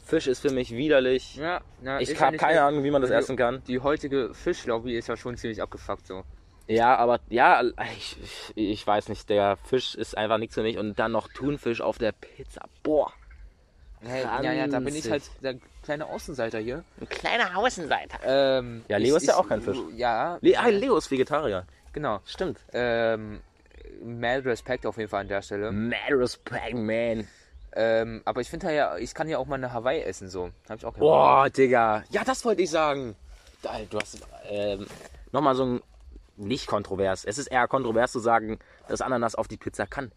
S1: Fisch ist für mich widerlich.
S2: Ja, na,
S1: ich
S2: ist ja
S1: habe
S2: nicht
S1: keine
S2: schlecht.
S1: Ahnung, wie man das
S2: Also,
S1: essen kann.
S2: Die heutige Fischlobby ist ja schon ziemlich abgefuckt so.
S1: Ja, aber ja, ich, ich, ich weiß nicht. Der Fisch ist einfach nichts für mich. Und dann noch Thunfisch auf der Pizza. Boah.
S2: Hey, ja, ja, da bin ich
S1: Ranzig.
S2: halt der kleine Außenseiter hier.
S3: Ein kleiner Außenseiter.
S2: Ähm,
S1: Ja, Leo ist ja auch kein Fisch.
S2: Ja,
S1: Le ah, Leo ist Vegetarier.
S2: genau.
S1: Stimmt.
S2: Ähm, mad Respekt auf jeden Fall an der Stelle.
S1: Mad respect, man.
S2: Ähm, aber ich finde ja, ich kann ja auch mal eine Hawaii essen so. Hab ich auch keinen Bock.
S1: Boah, Digga. Ja, das wollte ich sagen. Da, Du hast ähm, nochmal so ein. Nicht kontrovers. Es ist eher kontrovers zu sagen, dass Ananas auf die Pizza kann.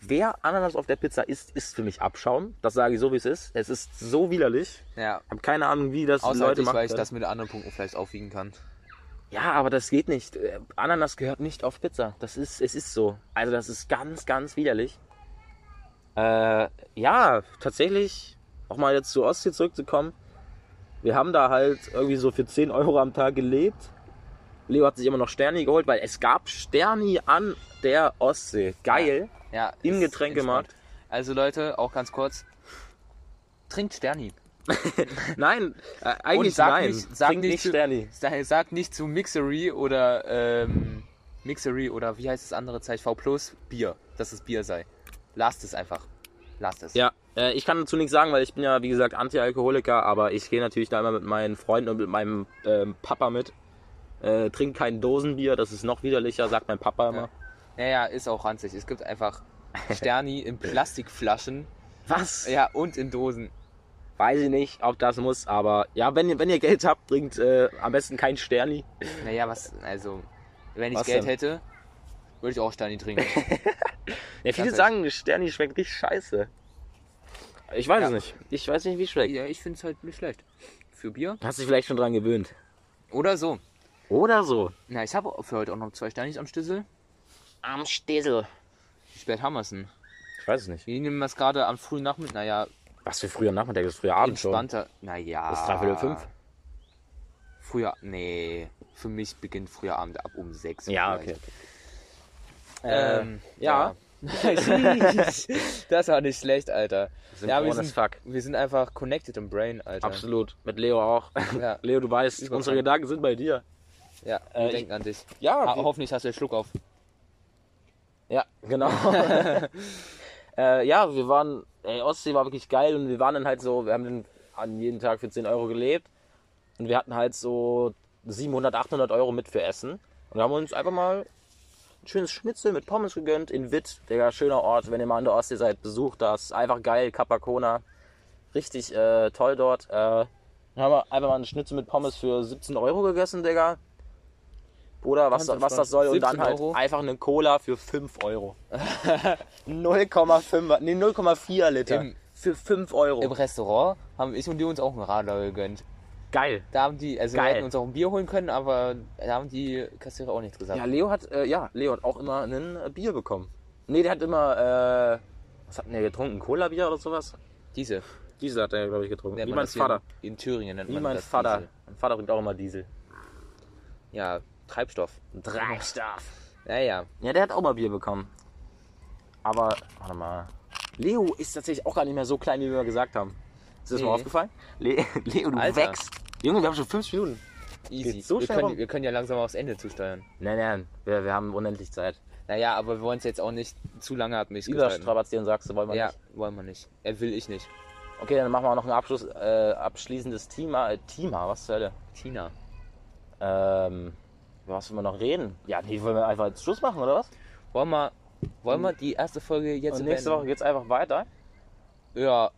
S1: Wer Ananas auf der Pizza isst, ist für mich Abschaum. Das sage ich so, wie es ist. Es ist so widerlich.
S2: Ja.
S1: Ich habe keine Ahnung, wie das
S2: Außer halt,
S1: Leute
S2: ich,
S1: machen.
S2: weil ich
S1: können.
S2: das mit anderen Punkten vielleicht aufwiegen kann.
S1: Ja, aber das geht nicht. Äh, Ananas gehört nicht auf Pizza. Das ist, es ist so. Also das ist ganz, ganz widerlich. Äh, ja, tatsächlich, auch mal jetzt zur Ostsee zurückzukommen. Wir haben da halt irgendwie so für 10 Euro am Tag gelebt. Leo hat sich immer noch Sterni geholt, weil es gab Sterni an der Ostsee. Geil.
S2: Ja.
S1: Im
S2: ist
S1: Getränkemarkt.
S2: entspannt. Also Leute, auch ganz kurz. Trinkt Sterni.
S1: Nein, äh, eigentlich
S2: Und sag
S1: nein.
S2: nicht- sag
S1: Trink
S2: nicht
S1: nicht
S2: zu-
S1: Sterni.
S2: Sa- Sagt nicht zu Mixery oder ähm, Mixery oder wie heißt das andere Zeichen? V Plus Bier, dass es Bier sei. Lasst es einfach. Lasst es.
S1: Ja, äh, ich kann dazu nichts sagen, weil ich bin ja, wie gesagt, Anti-Alkoholiker, aber ich gehe natürlich da immer mit meinen Freunden und mit meinem ähm, Papa mit. Äh, trink kein Dosenbier, das ist noch widerlicher, sagt mein Papa immer.
S2: Naja, ist auch ranzig. Es gibt einfach Sterni in Plastikflaschen.
S1: Was? Ja.
S2: Ja, und in Dosen.
S1: Weiß ich nicht, ob das muss, aber ja, wenn ihr, wenn ihr Geld habt, trinkt äh, am besten kein Sterni.
S2: Naja, was, also, wenn ich
S1: Was
S2: Geld
S1: denn?
S2: hätte, würde ich auch Sterni trinken.
S1: Ja, viele
S2: Ganz
S1: sagen, Sterni schmeckt richtig scheiße. Ich weiß
S2: Ja.
S1: es nicht. Ich weiß nicht, wie es schmeckt.
S2: ja, ich finde es halt nicht schlecht. Für Bier.
S1: Hast dich vielleicht schon dran gewöhnt.
S2: Oder so.
S1: Oder so.
S2: Na, ich habe für heute auch noch zwei Sternis am Schlüssel.
S3: Am Stissel.
S2: Wie spät haben wir es denn?
S1: Ich weiß es nicht.
S2: Wir nehmen es gerade am frühen Nachmittag. Naja,
S1: Was für früher Nachmittag ist, früher Abend schon.
S2: entspannter. Naja.
S1: Ist dreiviertel fünf?
S2: Früher, nee. Für mich beginnt früher Abend ab um sechs.
S1: Ja, okay.
S2: vielleicht. Ähm,
S1: Ja.
S2: das war nicht schlecht, Alter. Ja, wir
S1: Synchron as
S2: sind,
S1: fuck.
S2: wir sind einfach connected im Brain, Alter.
S1: Absolut. Mit Leo auch.
S2: Ja.
S1: Leo, du weißt,
S2: Überkrank.
S1: unsere Gedanken sind bei dir.
S2: Ja, wir
S1: Äh, ich-
S2: denken an dich.
S1: Ja,
S2: Ah,
S1: wir-
S2: hoffentlich hast du den Schluck auf.
S1: Ja, genau. äh, ja, wir waren, ey, Ostsee war wirklich geil und wir waren dann halt so, wir haben dann an jeden Tag für 10 Euro gelebt und wir hatten halt so 700, 800 Euro mit für Essen und haben uns einfach mal ein schönes Schnitzel mit Pommes gegönnt in Witt, der schöner Ort, wenn ihr mal an der Ostsee seid, besucht das, einfach geil, Capacona, richtig äh, toll dort. Äh, dann haben wir einfach mal einen Schnitzel mit Pommes für 17 Euro gegessen, Digga. Oder was,
S2: Ganz
S1: was das soll. Und dann
S2: 17
S1: halt
S2: Euro.
S1: einfach eine Cola für 5 Euro. 0,5, nee, 0,4 Liter.
S2: Im-
S1: für 5 Euro.
S2: Im Restaurant haben ich und die uns auch einen Radler gegönnt.
S1: Geil.
S2: Da haben die, also
S1: Geil.
S2: wir hätten uns auch ein Bier holen können, aber da haben die Kassierer auch nichts gesagt.
S1: Ja, Leo hat, äh, ja, Leo hat auch immer ein äh, Bier bekommen. Nee, der hat immer, äh, was hat denn der getrunken? Cola-Bier oder sowas?
S2: Diese.
S1: Diesel hat er, glaube ich, getrunken.
S2: nennt
S1: Wie
S2: man
S1: mein
S2: das hier
S1: Vater.
S2: In, in Thüringen nennt
S1: Wie
S2: man
S1: mein
S2: das
S1: Vater.
S2: Diesel.
S1: Mein Vater trinkt auch immer Diesel.
S2: Ja, Treibstoff.
S1: Treibstoff.
S2: Naja.
S1: Ja, der hat auch mal Bier bekommen. Aber, warte mal. Leo ist tatsächlich auch gar nicht mehr so klein, wie wir gesagt haben. Ist das mal
S2: Nee.
S1: aufgefallen? Le Leo, du
S2: Alter.
S1: wächst. Junge, wir haben schon 50 Minuten.
S2: Easy.
S1: Geht so
S2: wir,
S1: schnell
S2: können,
S1: rum.
S2: wir können ja langsam aufs Ende zusteuern.
S1: Nein, nein, wir, wir haben unendlich Zeit.
S2: Naja, aber wir wollen es jetzt auch nicht zu lange abmäßig gestalten.
S1: Überstrapazieren sagst du, wollen wir
S2: Ja,
S1: nicht.
S2: wollen wir nicht. Äh, will ich nicht.
S1: Okay, dann machen wir auch noch ein Abschluss, äh, abschließendes Thema. Äh, Thema, was zur Hölle?
S2: Tina.
S1: Ähm, über was wollen wir noch reden? Ja, nee, wollen wir einfach jetzt Schluss machen, oder was?
S2: Wollen wir, wollen wir die erste Folge jetzt
S1: Und nächste Woche
S2: beenden?
S1: geht's einfach weiter.
S2: Ja.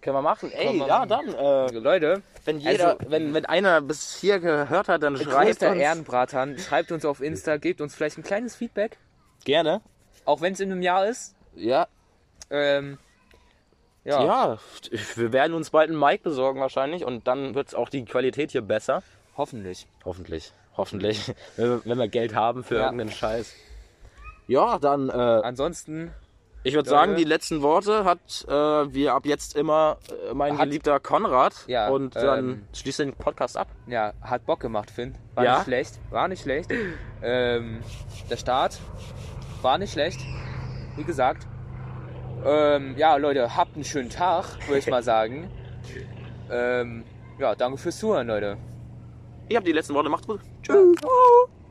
S1: Können wir machen. Ey,
S2: Können wir
S1: ja,
S2: machen.
S1: dann. Äh,
S2: Leute,
S1: wenn jeder,
S2: Also-
S1: wenn, wenn einer bis hier gehört hat, dann schreibt
S2: großer
S1: uns.
S2: Ehrenbratan, schreibt uns auf Insta, gebt uns vielleicht ein kleines Feedback.
S1: Gerne.
S2: Auch wenn es in einem Jahr ist.
S1: Ja,
S2: Ähm, ja.
S1: Ja, wir werden uns bald einen Mic besorgen wahrscheinlich und dann wird auch die Qualität hier besser.
S2: hoffentlich.
S1: Hoffentlich. Hoffentlich. Wenn wir, wenn wir Geld haben für
S2: Ja.
S1: irgendeinen Scheiß. Ja, dann, äh,
S2: Ansonsten,
S1: ich würde sagen,
S2: Leute.
S1: die letzten Worte hat äh, wir ab jetzt immer äh, mein
S2: Hat-
S1: geliebter Konrad.
S2: Ja,
S1: und dann
S2: ähm,
S1: schließt den Podcast ab.
S2: ja, hat Bock gemacht, Finn. War
S1: Ja.
S2: nicht schlecht. War nicht schlecht. Ähm, der Start war nicht schlecht. Wie gesagt. Ähm, ja, Leute, habt einen schönen Tag, würde ich mal sagen. Ähm, ja, danke fürs Zuhören, Leute.
S1: Ich habe die letzten Worte, macht's gut. Tschüss.
S2: Tschüss.